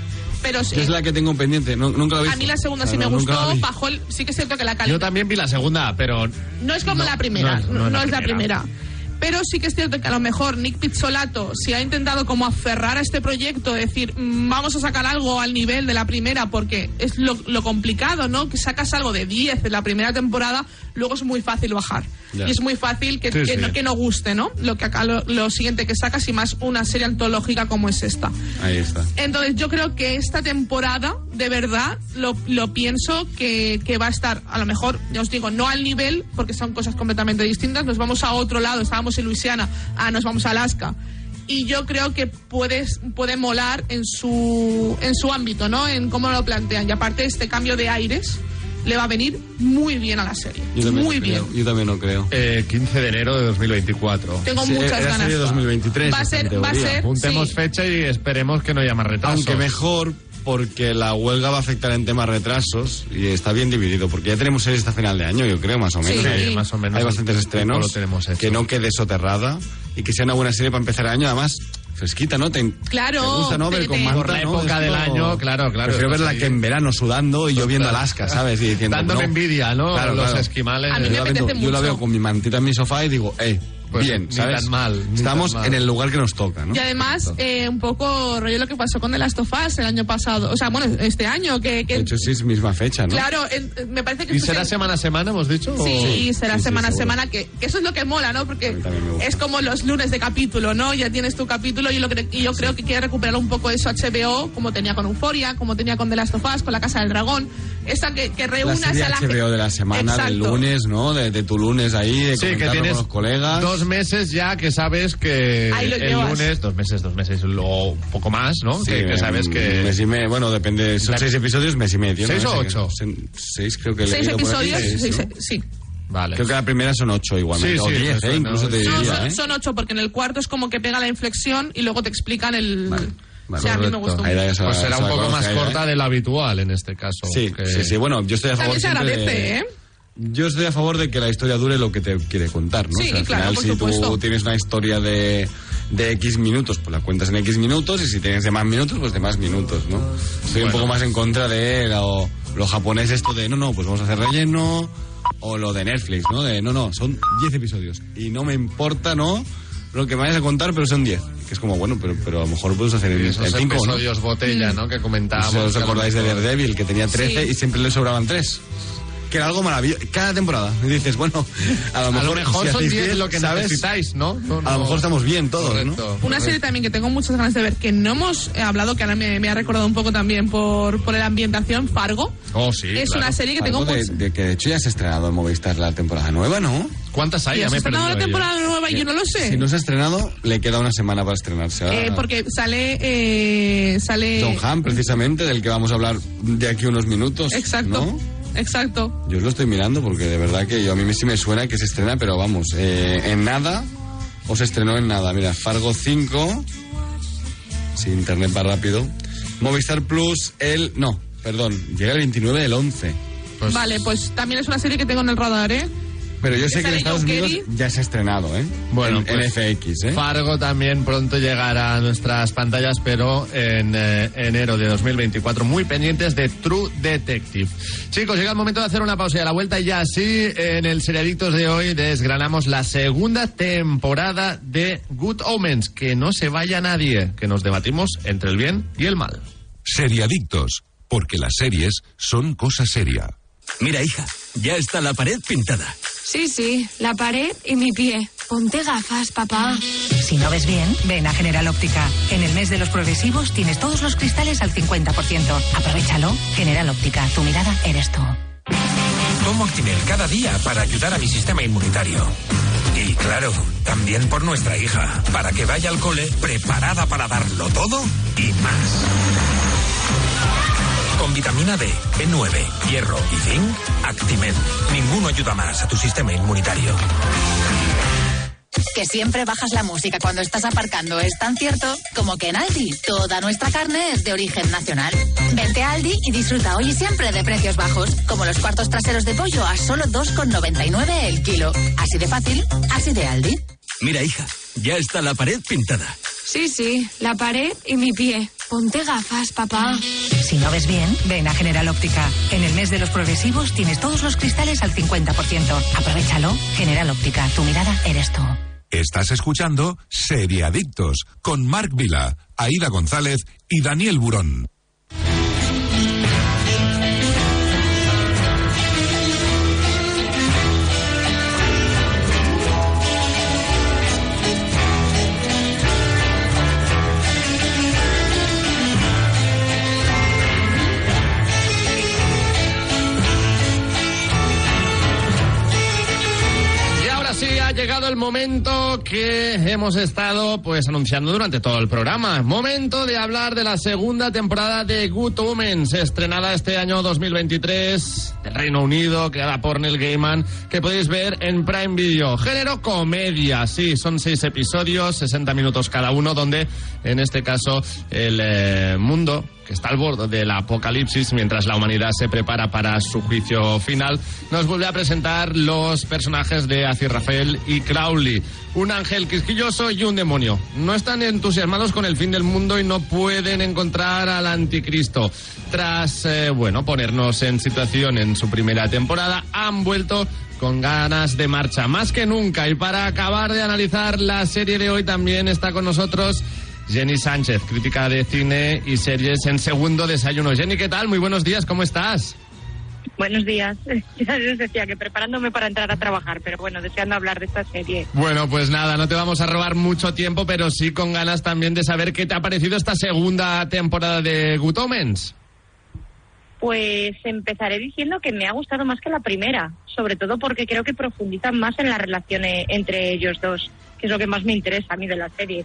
pero sí- Que es la que tengo pendiente, no- nunca la vi. a mí la segunda sí me gustó. Pajol sí que es cierto que la calidad Yo también vi la segunda, pero no es como No, la primera, no es- no, no es la es la primera. primera. Pero sí que es cierto que a lo mejor Nick Pizzolato, si ha intentado como aferrar a este proyecto, decir, "Mm, vamos a sacar algo al nivel de la primera, porque es lo, lo complicado, ¿no? Que sacas algo de 10 en la primera temporada, luego es muy fácil bajar. Ya. Y es muy fácil que, Sí, que sí. No, que no guste, ¿no? Lo, que acá, lo, lo siguiente que sacas y más una serie antológica como es esta. Ahí está. Entonces yo creo que esta temporada, de verdad, lo, lo pienso que, que va a estar, a lo mejor, ya os digo, no al nivel, porque son cosas completamente distintas, nos vamos a otro lado, estábamos en Luisiana, ah, nos vamos a Alaska. Y yo creo que puedes, puede molar en su, en su ámbito, ¿no? En cómo lo plantean. Y aparte este cambio de aires le va a venir muy bien a la serie. Yo también Muy lo creo, bien. Yo también lo creo. eh, 15 de enero de 2024. Tengo Sí, muchas era ganas. serie 2023 va a en ser, va a teoría. ser. Apuntemos sí. fecha y esperemos que no haya más retrasos. Aunque mejor porque la huelga va a afectar en temas retrasos y está bien dividido porque ya tenemos series hasta final de año, yo creo, más o menos. Sí. Sí, más o menos. Hay bastantes el estrenos. tiempo Lo tenemos hecho. que no quede soterrada y que sea una buena serie para empezar el año, además fresquita, ¿no? Te, Claro, te gusta, ¿no? Ver te- con te- manta, Por la ¿no? época Es del como- año, claro, claro. Prefiero Estás verla ahí. que en verano sudando y yo viendo Total. Alaska, ¿sabes? Y diciendo, Dándome no, envidia, ¿no? Claro, Los claro. esquimales. A mí me yo, la vendo- apetece yo la mucho. veo con mi mantita en mi sofá y digo, eh, Pues bien, ni ¿sabes? tan mal, ni tan Estamos mal. en el lugar que nos toca, ¿no? Y además, eh, un poco rollo lo que pasó con The Last of Us el año pasado. O sea, bueno, este año. que, que- De hecho, sí es misma fecha, ¿no? Claro, en- me parece que. ¿Y esto será se- semana a semana, hemos dicho? o- Sí, Sí, será sí, sí, semana a seguro. semana, que, que eso es lo que mola, ¿no? A Porque mí también me gusta. es como los lunes de capítulo, ¿no? Ya tienes tu capítulo y, lo que- y yo creo que quiere recuperar un poco eso HBO, como tenía con Euforia, como tenía con The Last of Us, con La Casa del Dragón. Esa que, que la reúnas serie a la HBO de la semana, Exacto. del lunes, ¿no? De, de tu lunes ahí, de Sí, que comentarlo tienes con los colegas. dos meses ya que sabes que Ahí lo el llevas. lunes, dos meses, dos meses, luego un poco más, ¿no? Sí, que, que un sabes que... mes y me- bueno, depende. Son La- seis episodios, mes y medio. ¿Seis No o sé, ocho? se- Seis, creo que he seis leído por ahí, episodios. seis, seis- e- ¿no? sí. Vale. Creo que la primera son ocho igualmente. Sí, o sí, eso diez, ¿eh? suena, Incluso ¿no? te Sí, No, diría, son, ¿eh? son ocho, porque en el cuarto es como que pega la inflexión y luego te explican el. O sea, a mí me gustó Aida mucho. ya se la- Pues será se un la poco conoce, más Aida, corta ¿eh? de lo habitual en este caso. Sí, que- sí, sí. Bueno, yo estoy a favor. También se siempre agradece, de- ¿eh? Yo estoy a favor de que la historia dure lo que te quiere contar, ¿no? Sí, O sea, al claro, final, por si supuesto. tú tienes una historia de, de X minutos, pues la cuentas en X minutos, y si tienes de más minutos, pues de más minutos, ¿no? Estoy un Bueno. poco más en contra de lo, lo japonés esto de, no, no, pues vamos a hacer relleno, o lo de Netflix, ¿no? De, no, no, son 10 episodios, y no me importa, ¿no? Lo que me vayas a contar, pero son 10. Que es como, bueno, pero, pero a lo mejor puedes hacer en Esos 5, ¿no? episodios Mm. botella, ¿no? Que comentábamos. Si Pues, os que a Ah, lo acordáis de mejor- Daredevil, que tenía 13 Sí. y siempre le sobraban 3. Que era algo maravilloso. Cada temporada. Y dices, bueno, a lo A mejor, lo mejor si son hacéis 10 diez, lo que ¿sabes? necesitáis, ¿no? No, A no. lo mejor estamos bien todos, ¿no? Correcto, Una serie también que tengo muchas ganas de ver, que no hemos eh, hablado, que ahora me, me ha recordado un poco también por, por la ambientación, Fargo. Oh, sí, es claro. una serie que tengo Algo de, muchas... de que de hecho ya se ha estrenado en Movistar la temporada nueva, ¿no? ¿Cuántas hay? Tío, Ya se me he está perdido dando la de ello. temporada nueva y yo no lo sé. Si no se ha estrenado, le queda una semana para estrenarse. Ahora, Eh, porque sale... eh, sale Tom Han, precisamente, del que vamos a hablar de aquí unos minutos. Exacto, pues, ¿no? exacto. Yo lo estoy mirando porque de verdad que yo, a mí sí me suena que se estrena, pero vamos, eh, en nada o se estrenó en nada. Mira, Fargo 5, si internet va rápido. Movistar Plus, el... No, perdón, llega el 29 del 11. Pues- vale, pues también es una serie que tengo en el radar, ¿eh? Pero yo sé que en ¿Sale Estados John Unidos Kerry? ya se ha estrenado, ¿eh? Bueno, en, pues, en FX, ¿eh? Fargo también pronto llegará a nuestras pantallas, pero en eh, enero de 2024. Muy pendientes de True Detective. Chicos, llega el momento de hacer una pausa y a la vuelta ya sí, en el Seriadictos de hoy desgranamos la segunda temporada de Good Omens. Que no se vaya nadie, que nos debatimos entre el bien y el mal. Seriadictos, porque las series son cosa seria. Mira, hija, ya está la pared pintada. Sí, sí, la pared y mi pie. Ponte gafas, papá. Si no ves bien, ven a General Óptica. En el mes de los progresivos tienes todos los cristales al 50%. Aprovechalo. General Óptica, tu mirada eres tú. Tomo Actimel cada día para ayudar a mi sistema inmunitario. Y claro, también por nuestra hija, para que vaya al cole preparada para darlo todo y más. Con vitamina D, B9, hierro y zinc, Actimel. Ninguno ayuda más a tu sistema inmunitario. Que siempre bajas la música cuando estás aparcando es tan cierto como que en Aldi toda nuestra carne es de origen nacional. Vente a Aldi y disfruta hoy y siempre de precios bajos, como los cuartos traseros de pollo a solo 2,99 el kilo. Así de fácil, así de Aldi. Mira, hija, ya está la pared pintada. Sí, sí, la pared y mi pie. Ponte gafas, papá. Si no ves bien, ven a General Óptica. En el mes de los progresivos tienes todos los cristales al 50%. Aprovechalo. General Óptica, tu mirada eres tú. Estás escuchando Seriadictos con Marc Vila, Aida González y Daniel Burón. Y ahora sí ha llegado el momento que hemos estado pues anunciando durante todo el programa. Momento de hablar de la segunda temporada de Good Omens, estrenada este año 2023 del Reino Unido, creada por Neil Gaiman, que podéis ver en Prime Video. Género comedia, sí, son seis episodios, 60 minutos cada uno, donde en este caso el eh, mundo que está al borde del apocalipsis mientras la humanidad se prepara para su juicio final, nos vuelve a presentar los personajes de Azir Rafael y Crowley, un ángel quisquilloso y un demonio. No están entusiasmados con el fin del mundo y no pueden encontrar al anticristo. Tras, eh, bueno, ponernos en situación en su primera temporada, han vuelto con ganas de marcha, más que nunca. Y para acabar de analizar la serie de hoy, también está con nosotros Jenny Sánchez, crítica de cine y series en segundo desayuno. Jenny, ¿qué tal? Muy buenos días, ¿cómo estás? Buenos días. <laughs> Ya les decía que preparándome para entrar a trabajar, pero bueno, deseando hablar de esta serie. Bueno, pues nada, no te vamos a robar mucho tiempo, pero sí con ganas también de saber qué te ha parecido esta segunda temporada de Good Omens. Pues empezaré diciendo que me ha gustado más que la primera, sobre todo porque creo que profundizan más en la relación eh, entre ellos dos, que es lo que más me interesa a mí de la serie.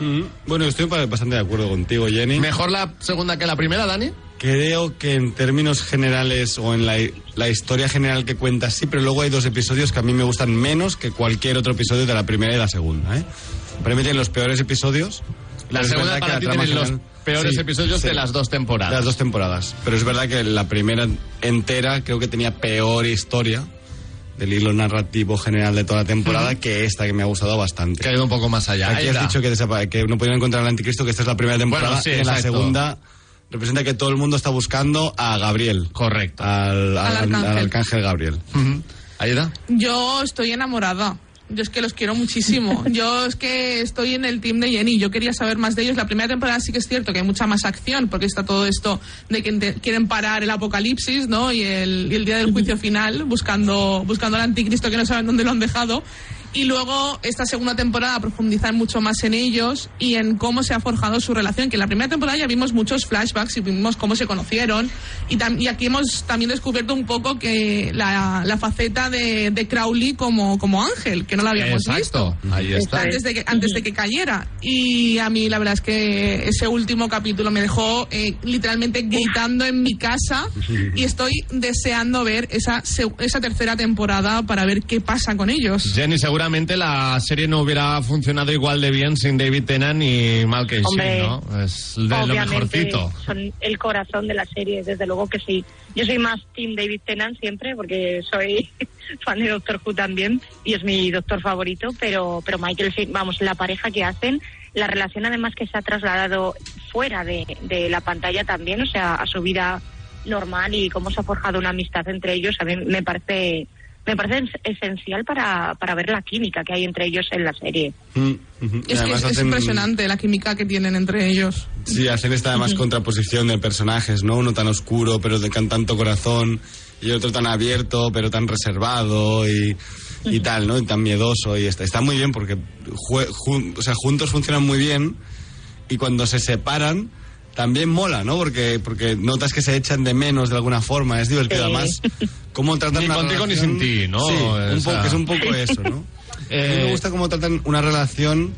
Mm, Bueno, estoy pa- bastante de acuerdo contigo, Jenny. ¿Mejor la segunda que la primera, Dani? Creo que en términos generales o en la, la historia general que cuenta sí, pero luego hay dos episodios que a mí me gustan menos que cualquier otro episodio de la primera y la segunda. ¿eh? Para mí tienen los peores episodios La Pero es segunda verdad que para la ti trama tiene los general- peores Sí, episodios sí. de las dos temporadas. De las dos temporadas. Pero es verdad que la primera entera creo que tenía peor historia del hilo narrativo general de toda la temporada que esta que me ha gustado bastante. Que ha ido un poco más allá. Aquí Ahí has está. dicho que, desapa- que no pudieron encontrar al anticristo, que esta es la primera temporada. Bueno, sí, y en la exacto. segunda representa que todo el mundo está buscando a Gabriel. Correcto. Al, Al arcángel. arcángel Gabriel. Ujú. Ahí está. Yo estoy enamorada. Yo es que los quiero muchísimo. Yo es que estoy en el team de Jenny. Yo quería saber más de ellos. La primera temporada sí que es cierto que hay mucha más acción porque está todo esto de que inte- quieren parar el apocalipsis, ¿no? Y el, y el día del juicio final buscando, buscando al anticristo que no saben dónde lo han dejado. Y luego esta segunda temporada profundizan mucho más en ellos y en cómo se ha forjado su relación. Que en la primera temporada ya vimos muchos flashbacks y vimos cómo se conocieron. Y, tam- y aquí hemos también descubierto un poco que la, la faceta de, de Crowley como, como ángel, que no la habíamos visto Exacto. Ahí está. Exacto. antes de que antes de que cayera y a mí la verdad es que ese último capítulo me dejó eh, literalmente gritando en mi casa y estoy deseando ver esa seg- esa tercera temporada para ver qué pasa con ellos Jenny, seguramente la serie no hubiera funcionado igual de bien sin David Tennant y Mal Hombre, ¿no? Es de lo Obviamente mejorcito. son el corazón de la serie, desde luego que sí. Yo soy más Team David Tennant siempre, porque soy <laughs> fan de Doctor Who también y es mi doctor favorito, pero, pero Michael, Shea- vamos, la pareja que hacen, la relación además que se ha trasladado fuera de, de la pantalla también, o sea, a su vida normal y cómo se ha forjado una amistad entre ellos, a mí me parece, me parece es- esencial para, para ver la química que hay entre ellos en la serie. Mm, ujú. Y es que además es, es hacen- impresionante la química que tienen entre ellos Sí, hacen esta además contraposición de personajes, ¿no? Uno tan oscuro, pero de con tanto corazón, y otro tan abierto, pero tan reservado y, y tal, ¿no? Y tan miedoso. Y está, está muy bien porque jue- jun- o sea, juntos funcionan muy bien y cuando se separan también mola, ¿no? Porque, porque notas que se echan de menos de alguna forma, es divertido. Sí. Además, cómo tratan Ni la contigo ni relación- sin ti, ¿no? Sí, un O sea- poco- es un poco <laughs> eso, ¿no? A mí Eh, me gusta cómo tratan una relación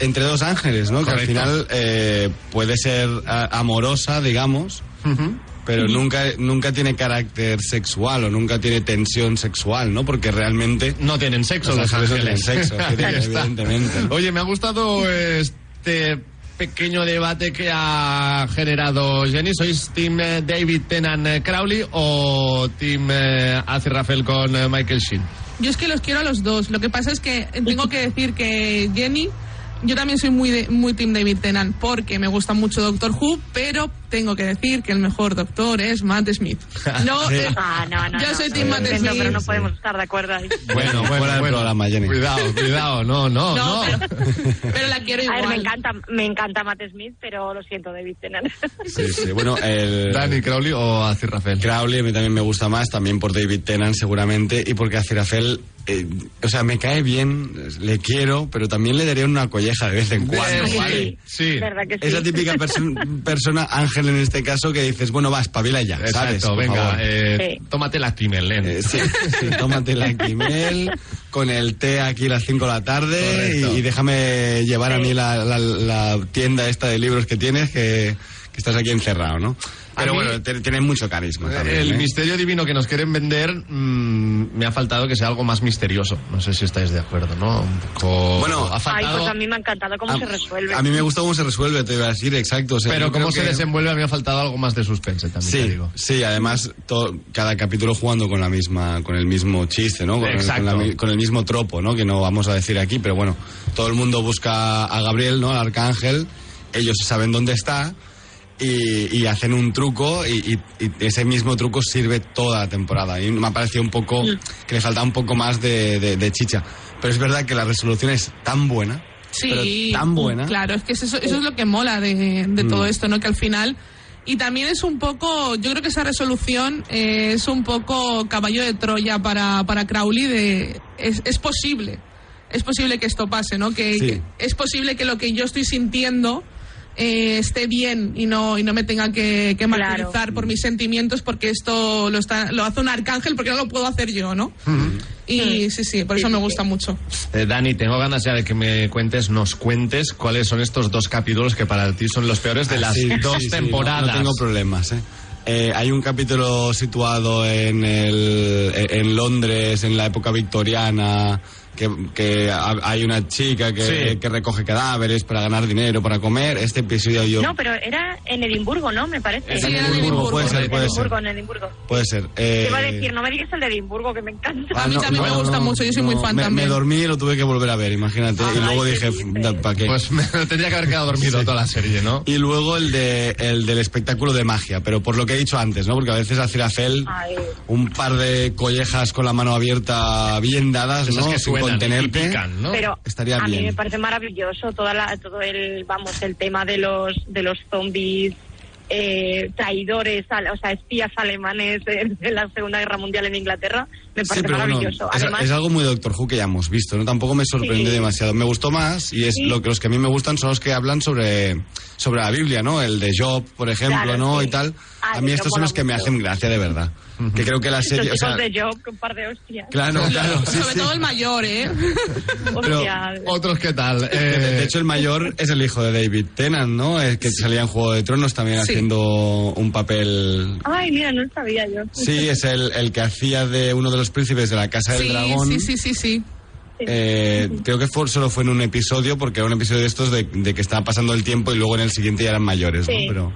entre dos ángeles, ¿no? Que al Correcto. final eh, puede ser a- amorosa, digamos, ujú. pero nunca, nunca tiene carácter sexual o nunca tiene tensión sexual, ¿no? Porque realmente... No tienen sexo Los los ángeles no ángeles. tienen sexo, <laughs> Ahí tienen, está. evidentemente. Oye, me ha gustado este pequeño debate que ha generado Jenny. ¿Sois Team eh, David Tennant eh, Crowley o Team eh, Ace Rafael con eh, Michael Sheen? Yo es que los quiero a los dos. Lo que pasa es que tengo que decir que Jenny, yo también soy muy, de- muy Team David Tennant porque me gusta mucho Doctor Who, pero tengo que decir que el mejor doctor es Matt Smith. No, eh, Ah, no, no, yo no, soy no, Team Matt no, pero no Smith. podemos estar de acuerdo ahí. <laughs> Bueno, fuera del programa, Jenny. Cuidado, cuidado, no, no, No, no. Pero, pero la quiero A igual. ver, me encanta, me encanta Matt Smith, pero lo siento, David Tennant. Sí, sí. Bueno, <laughs> el... Dani Crowley o Ace Rafael. Crowley a mí también me gusta más, también por David Tennant seguramente, y porque Azirafel, eh, o sea, me cae bien, le quiero, pero también le daría una colleja de vez en <laughs> cuando. Sí, ¿vale? sí. ¿Verdad que sí? Esa <laughs> típica perso- persona, Ángel en este caso, que dices, bueno, va, espabila ya, ¿sabes? Exacto, Por venga, favor. eh, Sí. tómate la Timelén. Eh, sí, sí, tómate la quimel, con el té aquí a las 5 de la tarde Correcto. y, y déjame llevar a mí la, la- la tienda esta de libros que tienes, que, que estás aquí encerrado, ¿no? Pero mí- bueno, te- tienes mucho carisma también. El ¿eh? misterio divino que nos quieren vender mm, me ha faltado que sea algo más misterioso. No sé si estáis de acuerdo, ¿no? Un poco... Bueno, ha Ay, faltado... pues a mí me ha encantado cómo a, se resuelve. a mí me gusta cómo se resuelve, te iba a decir, exacto. o sea, pero yo cómo creo se que- desenvuelve a mí me ha faltado algo más de suspense también, te Sí, digo. sí, además to- cada capítulo jugando con la misma, con el mismo chiste, ¿no? Con, el- Exacto. Con, la mi- con el mismo tropo, ¿no? Que no vamos a decir aquí, pero bueno, todo el mundo busca a Gabriel, ¿no? Al arcángel, ellos saben dónde está y, y hacen un truco y, y- y ese mismo truco sirve toda la temporada. Y me ha parecido un poco Mm. que le faltaba un poco más de, de- de chicha, pero es verdad que la resolución es tan buena, Sí, pero tan buena. Mm. Claro, es que es eso, eso es lo que mola de, de todo esto, ¿no? Que al final. Y también es un poco, yo creo que esa resolución eh, es un poco caballo de Troya para, para Crowley de es, es posible, es posible que esto pase, ¿no? Que, Sí. que- es posible que lo que yo estoy sintiendo eh, esté bien y no, y no me tenga que, que Claro. martirizar por mis sentimientos porque esto lo está, lo hace un arcángel porque no lo puedo hacer yo, ¿no? Y sí, sí, por eso me gusta mucho. Eh, Dani, tengo ganas ya de que me cuentes, nos cuentes cuáles son estos dos capítulos que para ti son los peores de Ah, las sí, dos sí, sí, no- temporadas. no, tengo problemas, ¿eh? Eh, hay un capítulo situado en, el, en Londres, en la época victoriana, que, que ha- hay una chica que, Sí. que recoge cadáveres para ganar dinero, para comer. Este episodio yo... No, pero era en Edimburgo, ¿no? Me parece. Sí, era en Edimburgo, puede ser, puede ser. Edimburgo, en Edimburgo. Puede ser. eh, Te iba a decir, no me digas el de Edimburgo, que me encanta. ah, no, no, no, no, me, Me dormí y lo tuve que volver a ver, imagínate. y Ah, luego dije, ¿para qué? Pues me <laughs> tendría que haber quedado dormido Sí. toda la serie, ¿no? Y luego el, de, el del espectáculo de magia, pero por lo que he dicho antes, ¿no? Porque a veces hacer Acel Ay. un par de collejas con la mano abierta bien dadas, Esas ¿no? que Sin suenan contenerte. y pican, ¿no? Pero Estaría a mí me bien. parece maravilloso toda la, todo el vamos el tema de los de los zombies eh, traidores, al- o sea, espías alemanes de, de la Segunda Guerra Mundial en Inglaterra, me Sí, parece pero bueno, maravilloso. es, Además, es algo muy Doctor Who que ya hemos visto, ¿no? Tampoco me sorprende Sí. demasiado. Me gustó más y es Sí. lo que los que a mí me gustan son los que hablan sobre, sobre la Biblia, ¿no? El de Job, por ejemplo, Claro, ¿no? sí. Y tal. Ah, a de mí Job estos son los mola que me mucho. hacen gracia, de verdad. Que creo que la los serie... o chicos sea, de Job con un par de hostias. Claro, claro. sí, Sobre sí. todo el mayor, ¿eh? pero- Hostias. Otros, ¿qué <laughs> tal? De- Eh, De hecho, el mayor es el hijo de David Tennant, ¿no? El que salía en Juego de Tronos también Sí. haciendo un papel... Ay, mira, no lo sabía yo. Sí, es el, el que hacía de uno de los príncipes de la Casa <laughs> del Sí, Dragón. sí, sí, sí, sí. Eh, creo que fue- solo fue en un episodio, porque era un episodio de estos de, de que estaba pasando el tiempo y luego en el siguiente ya eran mayores, Sí. ¿no? Pero,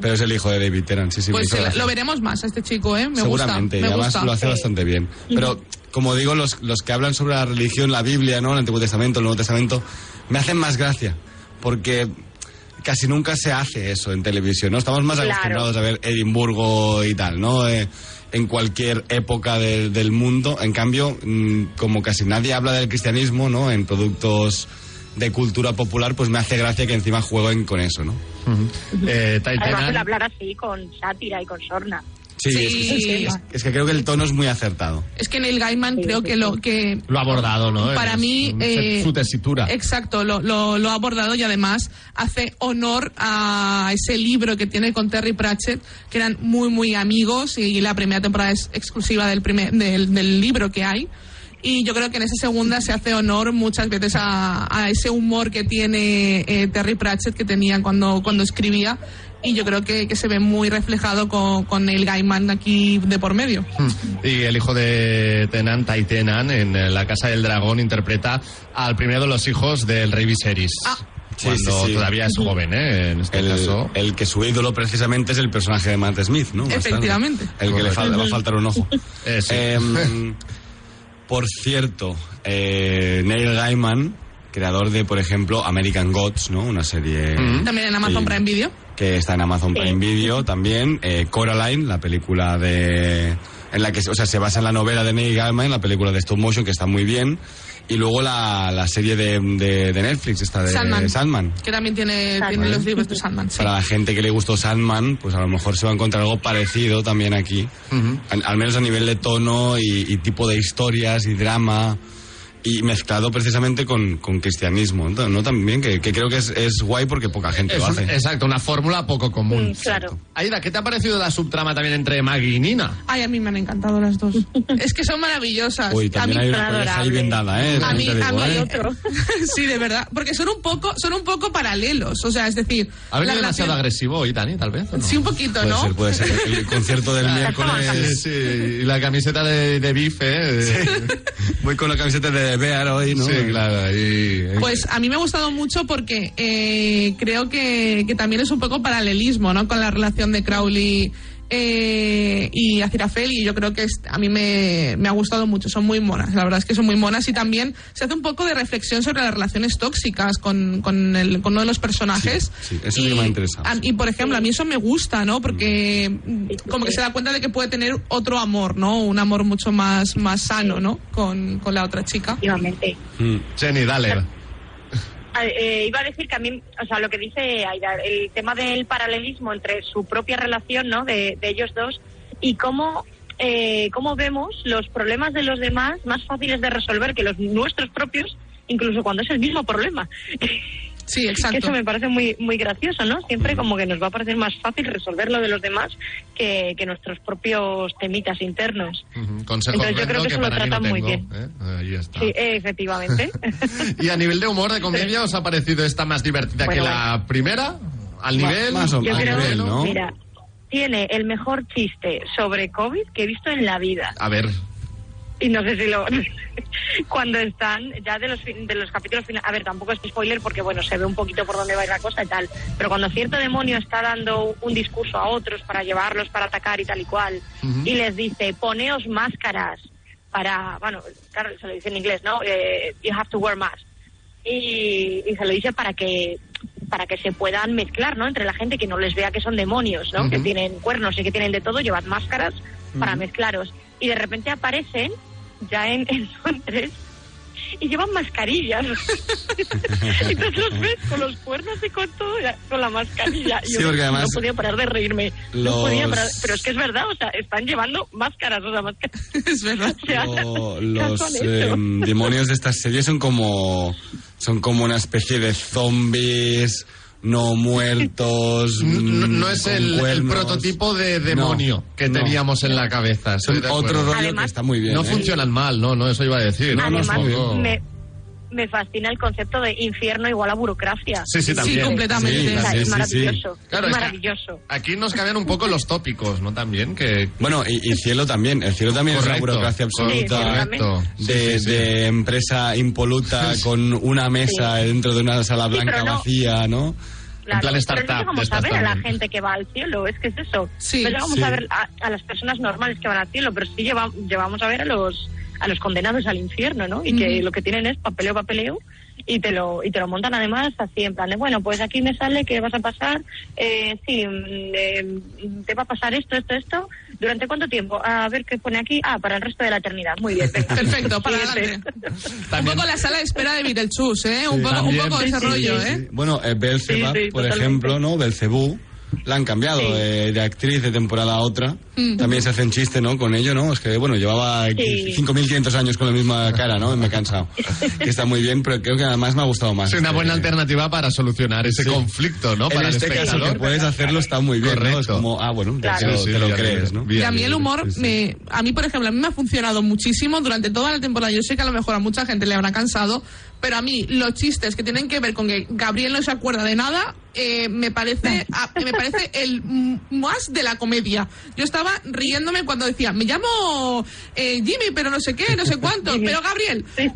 pero es el hijo de David Tennant, sí, sí. me Pues hizo eh, gracia. lo veremos más a este chico, ¿eh? Me gusta, Seguramente, me y además gusta. lo hace bastante bien. Pero, como digo, los, los que hablan sobre la religión, la Biblia, ¿no? El Antiguo Testamento, el Nuevo Testamento, me hacen más gracia, porque casi nunca se hace eso en televisión, ¿no? Estamos más Claro. acostumbrados a ver Edimburgo y tal, ¿no? Eh, en cualquier época de- del mundo. En cambio, mm, como casi nadie habla del cristianismo, ¿no? En productos de cultura popular, pues me hace gracia que encima jueguen con eso, ¿no? eh, Además, el Taitena, hablar así con sátira y con sorna. Sí, Sí. Es, que, es- es que creo que el tono es muy acertado. Es que Neil Gaiman Sí, creo sí, que sí. lo que lo ha abordado, ¿no? Para Es mí, un- eh, su tesitura. Exacto, lo, lo, lo ha abordado y además hace honor a ese libro que tiene con Terry Pratchett, que eran muy, muy amigos y la primera temporada es exclusiva del, primer, del, del libro que hay. Y yo creo que en esa segunda se hace honor muchas veces a, a ese humor que tiene eh, Terry Pratchett que tenía cuando, cuando escribía. Y yo creo que, que se ve muy reflejado con, con el Gaiman aquí de por medio. Mm. Y el hijo de Tenan, Tai Tenan, en eh, La Casa del Dragón, interpreta al primero de los hijos del Rey Viserys. Ah. Sí, Cuando sí, sí. todavía es joven, ¿eh? En este El, caso. el que su ídolo precisamente es el personaje de Matt Smith, ¿no? Más tarde. Efectivamente. El que le fal- Correcto. va a faltar un ojo. <laughs> Eh, sí. <laughs> Em, por cierto, eh, Neil Gaiman, creador de, por ejemplo, American Gods, ¿no? Una serie... Mm-hmm. También en Amazon que- Prime Video. Que está en Amazon Sí. Prime Video también. Eh, Coraline, la película de... En la que, se- o sea, se basa en la novela de Neil Gaiman, la película de Stop Motion, que está muy bien. Y luego la, la serie de, de- de Netflix, esta de Sandman. Eh, Sandman. Que también tiene, Sandman. tiene los libros de Sandman. sí. Para la gente que le gustó Sandman, pues a lo mejor se va a encontrar algo parecido también aquí. al, al menos a nivel de tono y, y tipo de historias y drama. Y mezclado precisamente con, con cristianismo, ¿no? ¿no? También, que, que creo que es, es guay porque poca gente Es lo un- hace. exacto, una fórmula poco común. Mm, claro. Aida, ¿qué te ha parecido la subtrama también entre Maggie y Nina? Ay, a mí me han encantado las dos. es que son maravillosas. a Uy, mí, también hay una pareja ahí adorable. bien dada, ¿eh? a mí, También te a digo, mí- ¿eh? <laughs> sí, de verdad. Porque son un poco, son un poco paralelos. O sea, es decir, ¿Ha venido la demasiado relación- agresivo hoy, Dani, tal vez? ¿o no? Sí, un poquito, Puede ¿no? ser, puede ser. El <laughs> concierto del Sí, miércoles. sí, y la camiseta de, de bife, ¿eh? <laughs> Voy con la camiseta de Bear hoy, ¿no? Sí, claro. y- Pues a mí me ha gustado mucho porque eh, creo que, que también es un poco paralelismo, ¿no? Con la relación de Crowley eh, y Azirafel y yo creo que es- a mí me, me ha gustado mucho. Son muy monas, la verdad es que son muy monas y también se hace un poco de reflexión sobre las relaciones tóxicas con, con, el- con uno de los personajes. Sí, sí, eso sí que me ha interesado, a- sí. y por ejemplo, a mí eso me gusta, ¿no? Porque mm, como que se da cuenta de que puede tener otro amor, ¿no? Un amor mucho más, más sano, ¿no? Con, con la otra chica. Efectivamente. Mm. Jenny, dale. A- eh, iba a decir que a mí, o sea, lo que dice Aida, el tema del paralelismo entre su propia relación, ¿no? De, de ellos dos y cómo, eh, cómo vemos los problemas de los demás más fáciles de resolver que los nuestros propios, incluso cuando es el mismo problema. Sí, exacto. Eso me parece muy muy gracioso, ¿no? Siempre como que nos va a parecer más fácil resolver lo de los demás que, que nuestros propios temitas internos. Ujú, Consejo Entonces, yo horrendo creo que eso lo para mí no tratan muy tengo, ¿eh? Ahí está. Sí, eh, efectivamente. ¿Y a nivel de humor, de comedia, os ha parecido esta más divertida Bueno, que la primera? ¿Al nivel? más o Yo A creo, nivel, ¿no? mira, tiene el mejor chiste sobre COVID que he visto en la vida. A ver, y no sé si lo <laughs> cuando están ya de los fin- de los capítulos finales a ver tampoco es spoiler porque bueno se ve un poquito por dónde va a ir la cosa y tal pero cuando cierto demonio está dando un discurso a otros para llevarlos para atacar y tal y cual Ujú. y les dice poneos máscaras para bueno claro se lo dice en inglés no Eh, you have to wear masks y, y se lo dice para que para que se puedan mezclar no entre la gente que no les vea que son demonios no que Ujú. tienen cuernos y que tienen de todo llevad máscaras para Ujú. mezclaros y de repente aparecen ya en, <laughs> en Londres y llevan mascarillas <laughs> entonces los ves con los cuernos y con todo ya- con la mascarilla y Sí, yo no- porque además no podía parar de reírme no los- podía parar pero es que es verdad o sea están llevando máscaras o sea máscaras <laughs> es verdad <laughs> Lo- los con eso. em, demonios de estas series son como son como una especie de zombies no muertos No, mm, no es con el, el cuernos. prototipo de demonio No, que no. teníamos en la cabeza. estoy Son de otro acuerdo. rollo que está muy bien no ¿eh? funcionan mal, no, no, eso iba a decir. no, no, además tampoco. me, me fascina el concepto de infierno igual a burocracia Sí, sí, también. Sí, completamente. O sea, Sí, es sí, sí. maravilloso Claro, es es que- maravilloso Aquí nos cambian un poco los tópicos, ¿no? También que... bueno y, y cielo también el cielo también es Correcto. una burocracia absoluta Sí, Correcto. de, Sí, sí, sí. de empresa impoluta <laughs> con una mesa dentro de una sala Sí, pero blanca no. vacía no Claro, plan startup Pero de no llegamos a estas ver a la también. gente que va al cielo, es que es eso. Sí, no llegamos sí. a ver a, a las personas normales que van al cielo, pero sí lleva- llevamos a ver a los a los condenados al infierno, ¿no? Y que Ujú. lo que tienen es papeleo, papeleo, y te lo y te lo montan además así en plan de, bueno, pues aquí me sale que vas a pasar, eh, sí, mm, eh, te va a pasar esto, esto, esto, ¿durante cuánto tiempo? A ver qué pone aquí. Ah, para el resto de la eternidad. Muy bien. venga. Perfecto, para Siguiente. adelante. También- Un poco la sala de espera de Beetlejuice, ¿eh? un, poco, un también. poco ese Sí, rollo, sí, ¿eh? Sí. Bueno, eh, Beelzebub, Sí, sí, por totalmente. ejemplo, ¿no? Belcebú. La han cambiado Sí. eh, de actriz de temporada a otra. Mm. También se hacen chiste, ¿no? Con ello, ¿no? Es que, bueno, llevaba Sí. 5.500 años con la misma cara, ¿no? Me <laughs> he cansado. que está muy bien, pero creo que además me ha gustado más. Es una buena Eh, alternativa para solucionar ese sí. conflicto, ¿no? En Para el este caso, espectador. que puedes hacerlo está muy bien, ¿no? Es Correcto. como, ah, bueno, ya Claro. te lo- Sí, sí, te lo ya crees, ves. ¿no? Bien, y a mí el bien, humor, sí, sí. Me, a mí, por ejemplo, a mí me ha funcionado muchísimo durante toda la temporada. Yo sé que a lo mejor a mucha gente le habrá cansado, pero a mí los chistes que tienen que ver con que Gabriel no se acuerda de nada, eh, <laughs> me parece a- me parece el m- más de la comedia. Yo estaba riéndome cuando decía, me llamo eh, Jimmy, pero no sé qué, no sé cuánto, pero Gabriel. eh,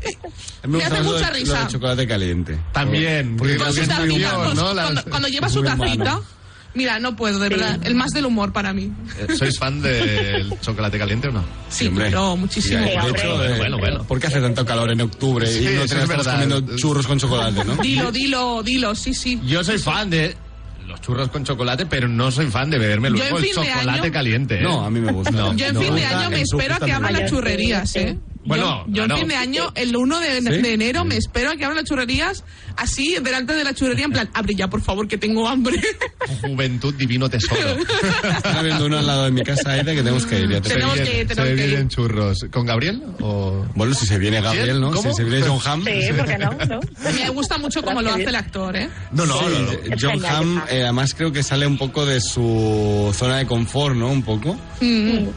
A mí Me gusta hace más lo mucha de- risa. Lo de chocolate caliente. También, Porque porque Con su es muy tacita, humor, con su- ¿no? Las- cuando, cuando lleva es su muy humano. tacita. Mira, no puedo, de verdad. El más del humor para mí. Eh, ¿Sois fan del chocolate caliente o no? Sí, hombre. claro, Sí, muchísimo. de hombre. hecho, Bueno, eh, bueno, bueno. ¿Por qué hace tanto calor en octubre Sí, y no eso es tenemos estamos verdad. comiendo churros con chocolate, no? Dilo, dilo, dilo, sí, sí. Yo soy fan de los churros con chocolate, pero no soy fan de beberme Yo luego en el fin de chocolate año- caliente. ¿eh? No, a mí me gusta. No. Yo en No, fin de gusta año me en su espero a justa que abran medida. las churrerías, ¿eh? Bueno, yo, yo en claro. fin de año, el 1 de, de ¿Sí? enero, me espero a que abran las churrerías así, delante de la churrería, en plan, abre ya, por favor, que tengo hambre. <laughs> Juventud divino tesoro. Está habiendo uno al lado de mi casa, Aida, que tenemos que ir. Ya te Tenemos Se digo. que ir, dividen- tenemos se que dividen ir. churros. ¿Con Gabriel o...? Bueno, si se viene Gabriel, ¿no? ¿Cómo? Si se viene John Hamm. Sí, ¿por qué no? ¿No? me gusta mucho cómo lo hace el actor, ¿eh? No, no, Sí, no, no. eh, John Hamm, eh, además creo que sale un poco de su zona de confort, ¿no? Un poco.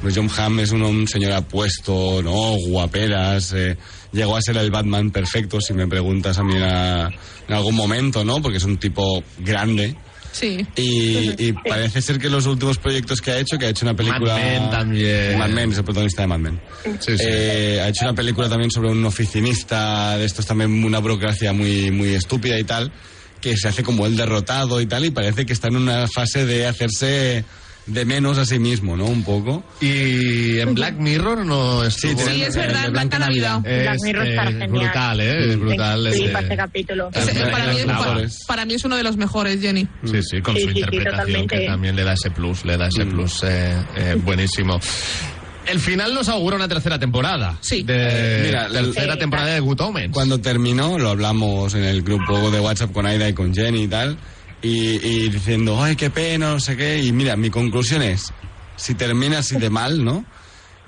Pues John Hamm es un, un señor apuesto, ¿no? Guaperas. eh, Llegó a ser el Batman perfecto, si me preguntas a mí a- en algún momento, ¿no? Porque es un tipo grande. Sí. <laughs> Y, y parece ser que los últimos proyectos que ha hecho, que ha hecho una película... Men también. Mad Men, es el protagonista de Mad Men. Sí, sí. Eh, ha hecho una película también sobre un oficinista, de estos también una burocracia muy, muy estúpida y tal, que se hace como el derrotado y tal, y parece que está en una fase de hacerse de menos a sí mismo, ¿no? Un poco. Y en Black Mirror no estuvo... Sí, Sí, Bueno, es el verdad, de en Blanca Blanca Navidad. Navidad. Es, Black Mirror está eh, genial. brutal, ¿eh? Es brutal. Sí, este- para ese capítulo. Ese- También para, mí, los pa- labores. para mí es uno de los mejores, Jenny. Sí, sí, con Sí, su sí, sí, interpretación totalmente. que también le da ese plus, le da Mm. ese plus eh, <laughs> eh, buenísimo. El final nos augura una tercera temporada. Sí. De, Mira, la- tercera Eh, Sí, temporada de Good Omens. Cuando terminó, lo hablamos en el grupo de WhatsApp con Aida y con Jenny y tal, y, y diciendo, ay, qué pena, no sé qué, y mira, mi conclusión es, si termina así de mal, ¿no?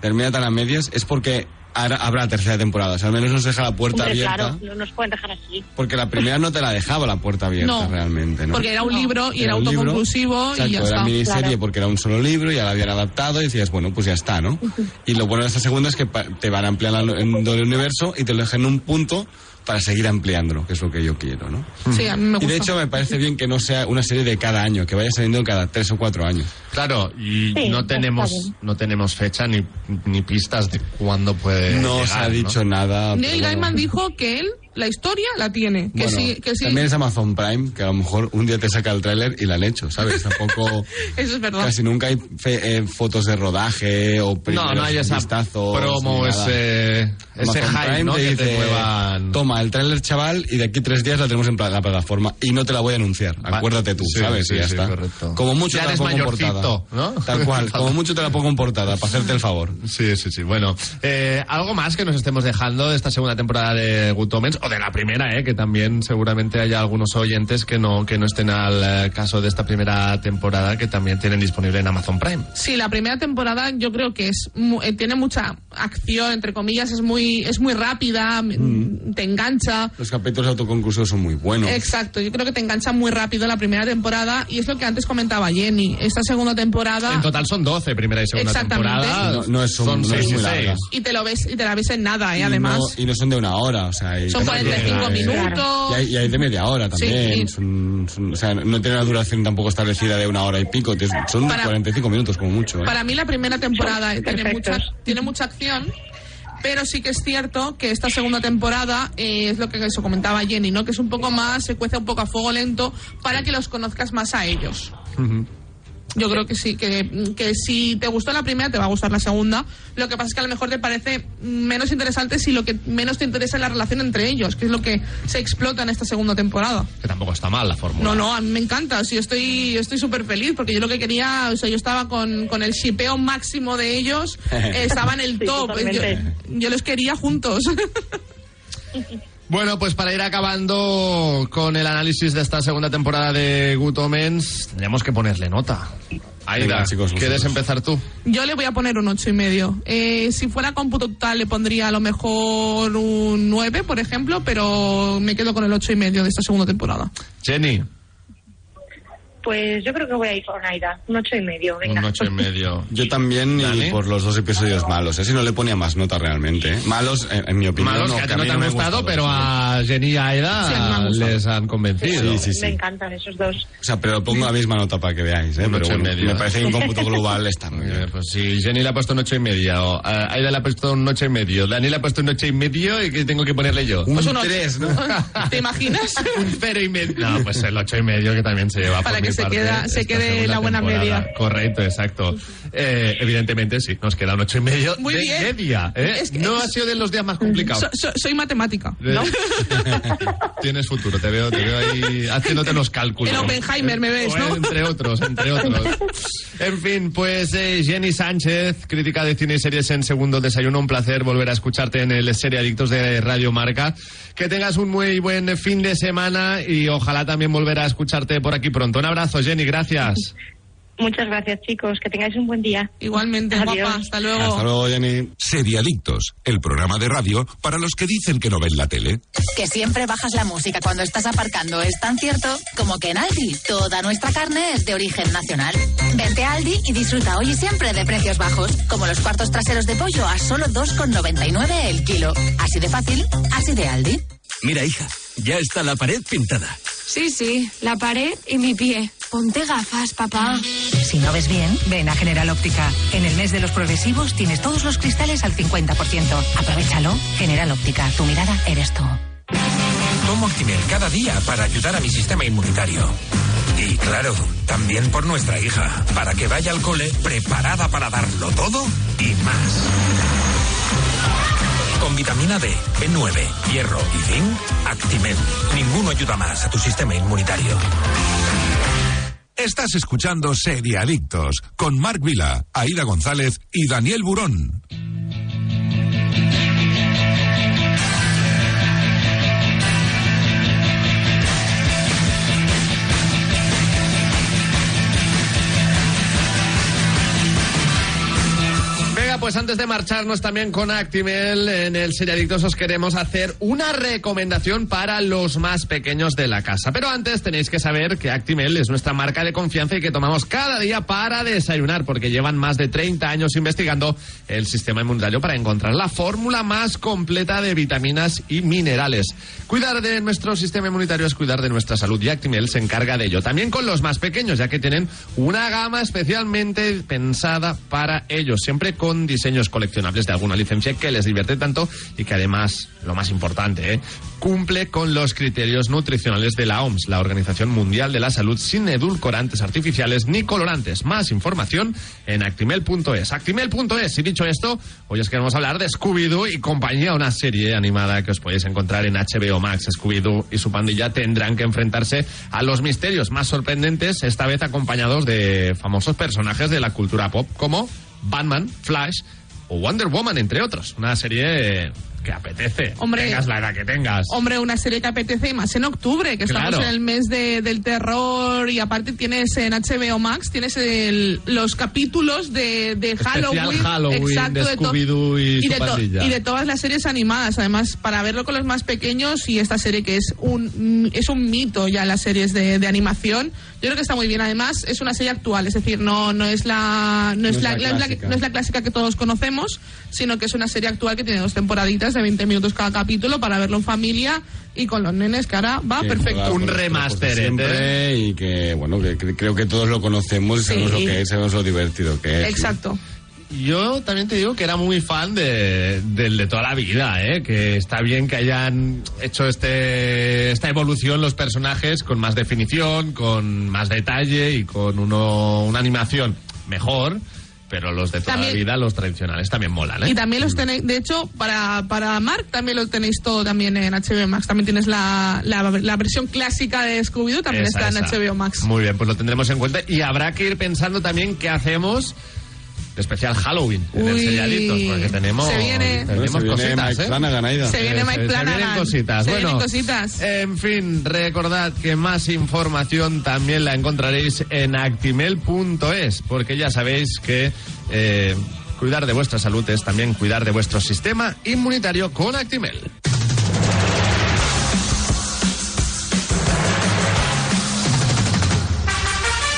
Termina tan a medias, es porque hará- habrá tercera temporada, o sea, al menos nos deja la puerta Hombre, abierta. claro, no nos pueden dejar así. Porque la primera no te la dejaba la puerta abierta No, realmente, ¿no? Porque era un libro y era, un libro, autoconclusivo y exacto, ya está. Era miniserie Claro. porque era un solo libro, ya la habían adaptado y decías, bueno, pues ya está, ¿no? Y lo bueno de esta segunda es que pa- te van a ampliar la- en todo el universo y te lo dejan en un punto para seguir ampliándolo, que es lo que yo quiero, ¿no? Sí, a mí me Y de gusta. hecho me parece bien que no sea una serie de cada año, que vaya saliendo cada tres o cuatro años. Claro, y Sí, no está tenemos bien. no tenemos fecha ni, ni pistas de cuándo puede. No se llegar, ha dicho nada. Neil pero- Gaiman dijo que él la historia la tiene. Que Bueno, sí, que sí. También es Amazon Prime, que a lo mejor un día te saca el tráiler y la han hecho, ¿sabes? <laughs> Tampoco... Eso es verdad. Casi nunca hay fe- eh, fotos de rodaje o No, no hay esa vistazos, promo, ni nada. ese, ese Amazon hype, Prime ¿no? te que te dice, muevan. Toma, el tráiler, chaval, y de aquí tres días la tenemos en pla- la plataforma. Y no te la voy a anunciar. Va- Acuérdate tú, sí, ¿sabes? sí, y ya sí, está. correcto. Como mucho Ya te la eres pongo en mayorcito, portada. ¿no? <laughs> Tal cual. Como mucho te la pongo en portada, para hacerte el favor. Sí, sí, sí. Bueno, eh, algo más que nos estemos dejando de esta segunda temporada de Good Omens, o de la primera, eh, que también seguramente haya algunos oyentes que no, que no estén al eh, caso de esta primera temporada que también tienen disponible en Amazon Prime. Sí, la primera temporada yo creo que es mu- eh, tiene mucha acción, entre comillas, es muy, es muy rápida, m- Mm. te engancha. Los capítulos autoconclusivos son muy buenos. Exacto, yo creo que te engancha muy rápido la primera temporada y es lo que antes comentaba Jenny. Esta segunda temporada En total son 12, primera y segunda Ah. Exactamente. temporada. No- no es un- son no es 6 muy y larga. 6. y te lo ves y te la ves en nada, ¿eh? Y además. no- y no son de una hora, o sea. y- Son también- 45 eh, minutos. Y hay, y hay de media hora Sí, también. sí. Son- son- o sea, no tiene una duración tampoco establecida de una hora y pico. tienes- Son Para- 45 minutos como mucho. ¿eh? Para mí la primera temporada Son tiene mucha, perfectos. tiene mucha acción, pero sí que es cierto que esta segunda temporada eh, es lo que eso comentaba Jenny, ¿no? Que es un poco más, se cuece un poco a fuego lento para que los conozcas más a ellos. Yo creo que sí, que, que si te gustó la primera te va a gustar la segunda. Lo que pasa es que a lo mejor te parece menos interesante si lo que menos te interesa es la relación entre ellos, que es lo que se explota en esta segunda temporada. Que tampoco está mal la fórmula. No, no, a mí me encanta. Sí, estoy yo estoy súper feliz porque yo lo que quería, o sea, yo estaba con, con el shipeo máximo de <laughs> ellos, eh, estaba en el Sí, top. eh, totalmente. Yo, yo los quería juntos. <laughs> Bueno, pues para ir acabando con el análisis de esta segunda temporada de Good Omens, tenemos que ponerle nota. Aida, Venga, chicos, ¿quieres vosotros. empezar tú? Yo le voy a poner un ocho y medio. Eh, si fuera cómputo total le pondría a lo mejor un 9, por ejemplo, pero me quedo con el ocho y medio de esta segunda temporada. Jenny, Pues yo creo que voy a ir con Aida, un ocho y medio, venga. un ocho y <laughs> <laughs> medio. Yo también, Dale. y por los dos episodios malos. Ese no le ponía más nota realmente. ¿eh? Malos, en, en mi opinión. Malos que a ti no mí te han me gustado, gustaron, pero sí. a Jenny y a Sí, a mí me han Aida gustado. les han convencido. Sí, sí, sí. Me encantan esos dos. O sea, pero pongo la misma nota para que veáis, ¿eh? Un Pero ocho y bueno, medio, me ¿eh? parece que en <laughs> cómputo global está muy Eh, bien. Pues si Jenny le ha puesto un ocho y medio, o, eh, Aida le ha puesto un ocho y medio, Dani le ha puesto un ocho y medio, ¿y qué tengo que ponerle yo? Un Pues un ocho. tres, ¿no? <laughs> ¿Te <laughs> imaginas? Un cero y medio. No, pues el ocho y medio que también se lleva. Para por que mi se parte queda- se esta quede segunda la buena temporada. media. Correcto, exacto. Eh, evidentemente sí, nos queda un ocho y medio Muy de bien. media. ¿eh? Es que- no ha sido de los días más complicados. So- so- soy matemática. Eh, <laughs> Tienes futuro, te veo, te veo ahí haciéndote los cálculos. El Oppenheimer, me ves, O ¿no? Entre otros, entre otros. <laughs> En fin, pues eh, Jenny Sánchez, crítica de cine y series en segundo desayuno. Un placer volver a escucharte en el Serie Adictos de Radio Marca. Que tengas un muy buen fin de semana y ojalá también volver a escucharte por aquí pronto. Un abrazo, Jenny, gracias. Muchas gracias, chicos, que tengáis un buen día. Igualmente, Adiós. guapa. Hasta luego. Hasta luego, Jenny. Seriadictos, el programa de radio para los que dicen que no ven la tele. Que siempre bajas la música cuando estás aparcando es tan cierto como que en Aldi toda nuestra carne es de origen nacional. Vente a Aldi y disfruta hoy y siempre de precios bajos, como los cuartos traseros de pollo a solo 2,99 el kilo. Así de fácil, así de Aldi. Mira, hija, ya está la pared pintada. Sí, sí, la pared y mi pie. Ponte gafas, papá. Si no ves bien, ven a General Óptica. En el mes de los progresivos tienes todos los cristales al 50%. Aprovechalo. General Óptica, tu mirada eres tú. Tomo Actimel cada día para ayudar a mi sistema inmunitario. Y claro, también por nuestra hija, para que vaya al cole preparada para darlo todo y más. Con vitamina D, B9, hierro y zinc, Actimel. Ninguno ayuda más a tu sistema inmunitario. Estás escuchando Seriadictos con Marc Vila, Aida González y Daniel Burón. Venga, pues antes de marcharnos también con Actimel en el Seriadictos os queremos hacer una recomendación para los más pequeños de la casa. Pero antes tenéis que saber que Actimel es nuestra marca de confianza y que tomamos cada día para desayunar, porque llevan más de 30 años investigando el sistema inmunitario para encontrar la fórmula más completa de vitaminas y minerales. Cuidar de nuestro sistema inmunitario es cuidar de nuestra salud y Actimel se encarga de ello. También con los más pequeños, ya que tienen una gama especialmente pensada para ellos, siempre con diseños coleccionables de alguna licencia que les divierte tanto y que además, lo más importante, ¿eh? cumple con los criterios nutricionales de la OMS, la Organización Mundial de la Salud, sin edulcorantes artificiales ni colorantes. Más información en actimel.es. Actimel.es. Y dicho esto, hoy os queremos hablar de Scooby-Doo y compañía, una serie animada que os podéis encontrar en HBO Max. Scooby-Doo y su pandilla tendrán que enfrentarse a los misterios más sorprendentes, esta vez acompañados de famosos personajes de la cultura pop como Batman, Flash o Wonder Woman, entre otros. Una serie que apetece. Hombre. tengas la edad que tengas. Hombre, una serie que apetece y más en octubre, que Claro. estamos en el mes de- del terror y aparte tienes en HBO Max, tienes el- los capítulos de, de Especial Halloween. Halloween de to- Scooby-Doo y su de to- pandilla. y de todas las series animadas, además, para verlo con los más pequeños y esta serie que es un, mm, es un mito ya las series de, de animación. Yo creo que está muy bien. Además, es una serie actual, es decir, no, no es la, no es la, la- la- clásica. no es la clásica que todos conocemos, sino que es una serie actual que tiene dos temporaditas de 20 minutos cada capítulo para verlo en familia y con los nenes, que ahora va que perfecto. juega con Un los remaster, trapos de siempre y que bueno que cre- creo que todos lo conocemos y Sí. sabemos lo que es sabemos lo divertido que es Exacto. Yo también te digo que era muy fan de, del de toda la vida, ¿eh? que está bien que hayan hecho este, esta evolución los personajes con más definición, con más detalle y con uno, una animación mejor, pero los de toda la También- vida, los tradicionales, también molan. ¿eh? Y también los tenéis, de hecho, para, para Mark también lo tenéis todo también en HBO Max. También tienes la, la, la versión clásica de Scooby-Doo, también Esa, está en esa. HBO Max. Muy bien, pues lo tendremos en cuenta y habrá que ir pensando también qué hacemos. de Especial Halloween en el Uy. Seriaditos, porque tenemos, Se viene- tenemos Se viene cositas, Mike ¿eh? Flanagan, Aida. Se viene Eh, Mike se Flanagan. vienen cositas. Se Bueno, vienen cositas. En fin, recordad que más información también la encontraréis en actimel.es, porque ya sabéis que eh, cuidar de vuestra salud es también cuidar de vuestro sistema inmunitario con Actimel.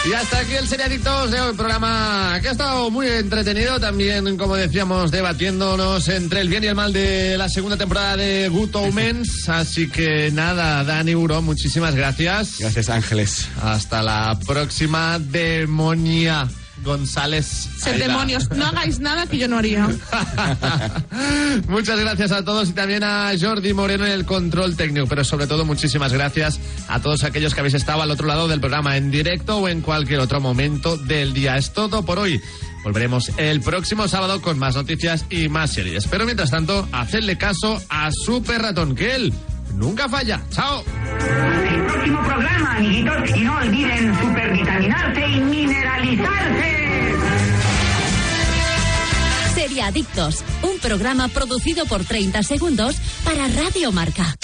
Y hasta aquí el Seriadictos de hoy, programa que ha estado muy entretenido, también, como decíamos, debatiéndonos entre el bien y el mal de la segunda temporada de Good Omens. Así que nada, Dani Uro, muchísimas gracias. gracias Ángeles Hasta la próxima, Demonia González. Sed Ahí va. demonios, no hagáis nada que yo <laughs> no haría. Muchas gracias a todos y también a Jordi Moreno en el control técnico, pero sobre todo muchísimas gracias a todos aquellos que habéis estado al otro lado del programa en directo o en cualquier otro momento del día. Es todo por hoy. Volveremos el próximo sábado con más noticias y más series. Pero mientras tanto, hacedle caso a Super Ratón, que él nunca falla. ¡Chao! el próximo programa, amiguitos, y no olviden supervitaminarse y mineralizarse. Seriadictos, un programa producido por 30 segundos para Radio Marca.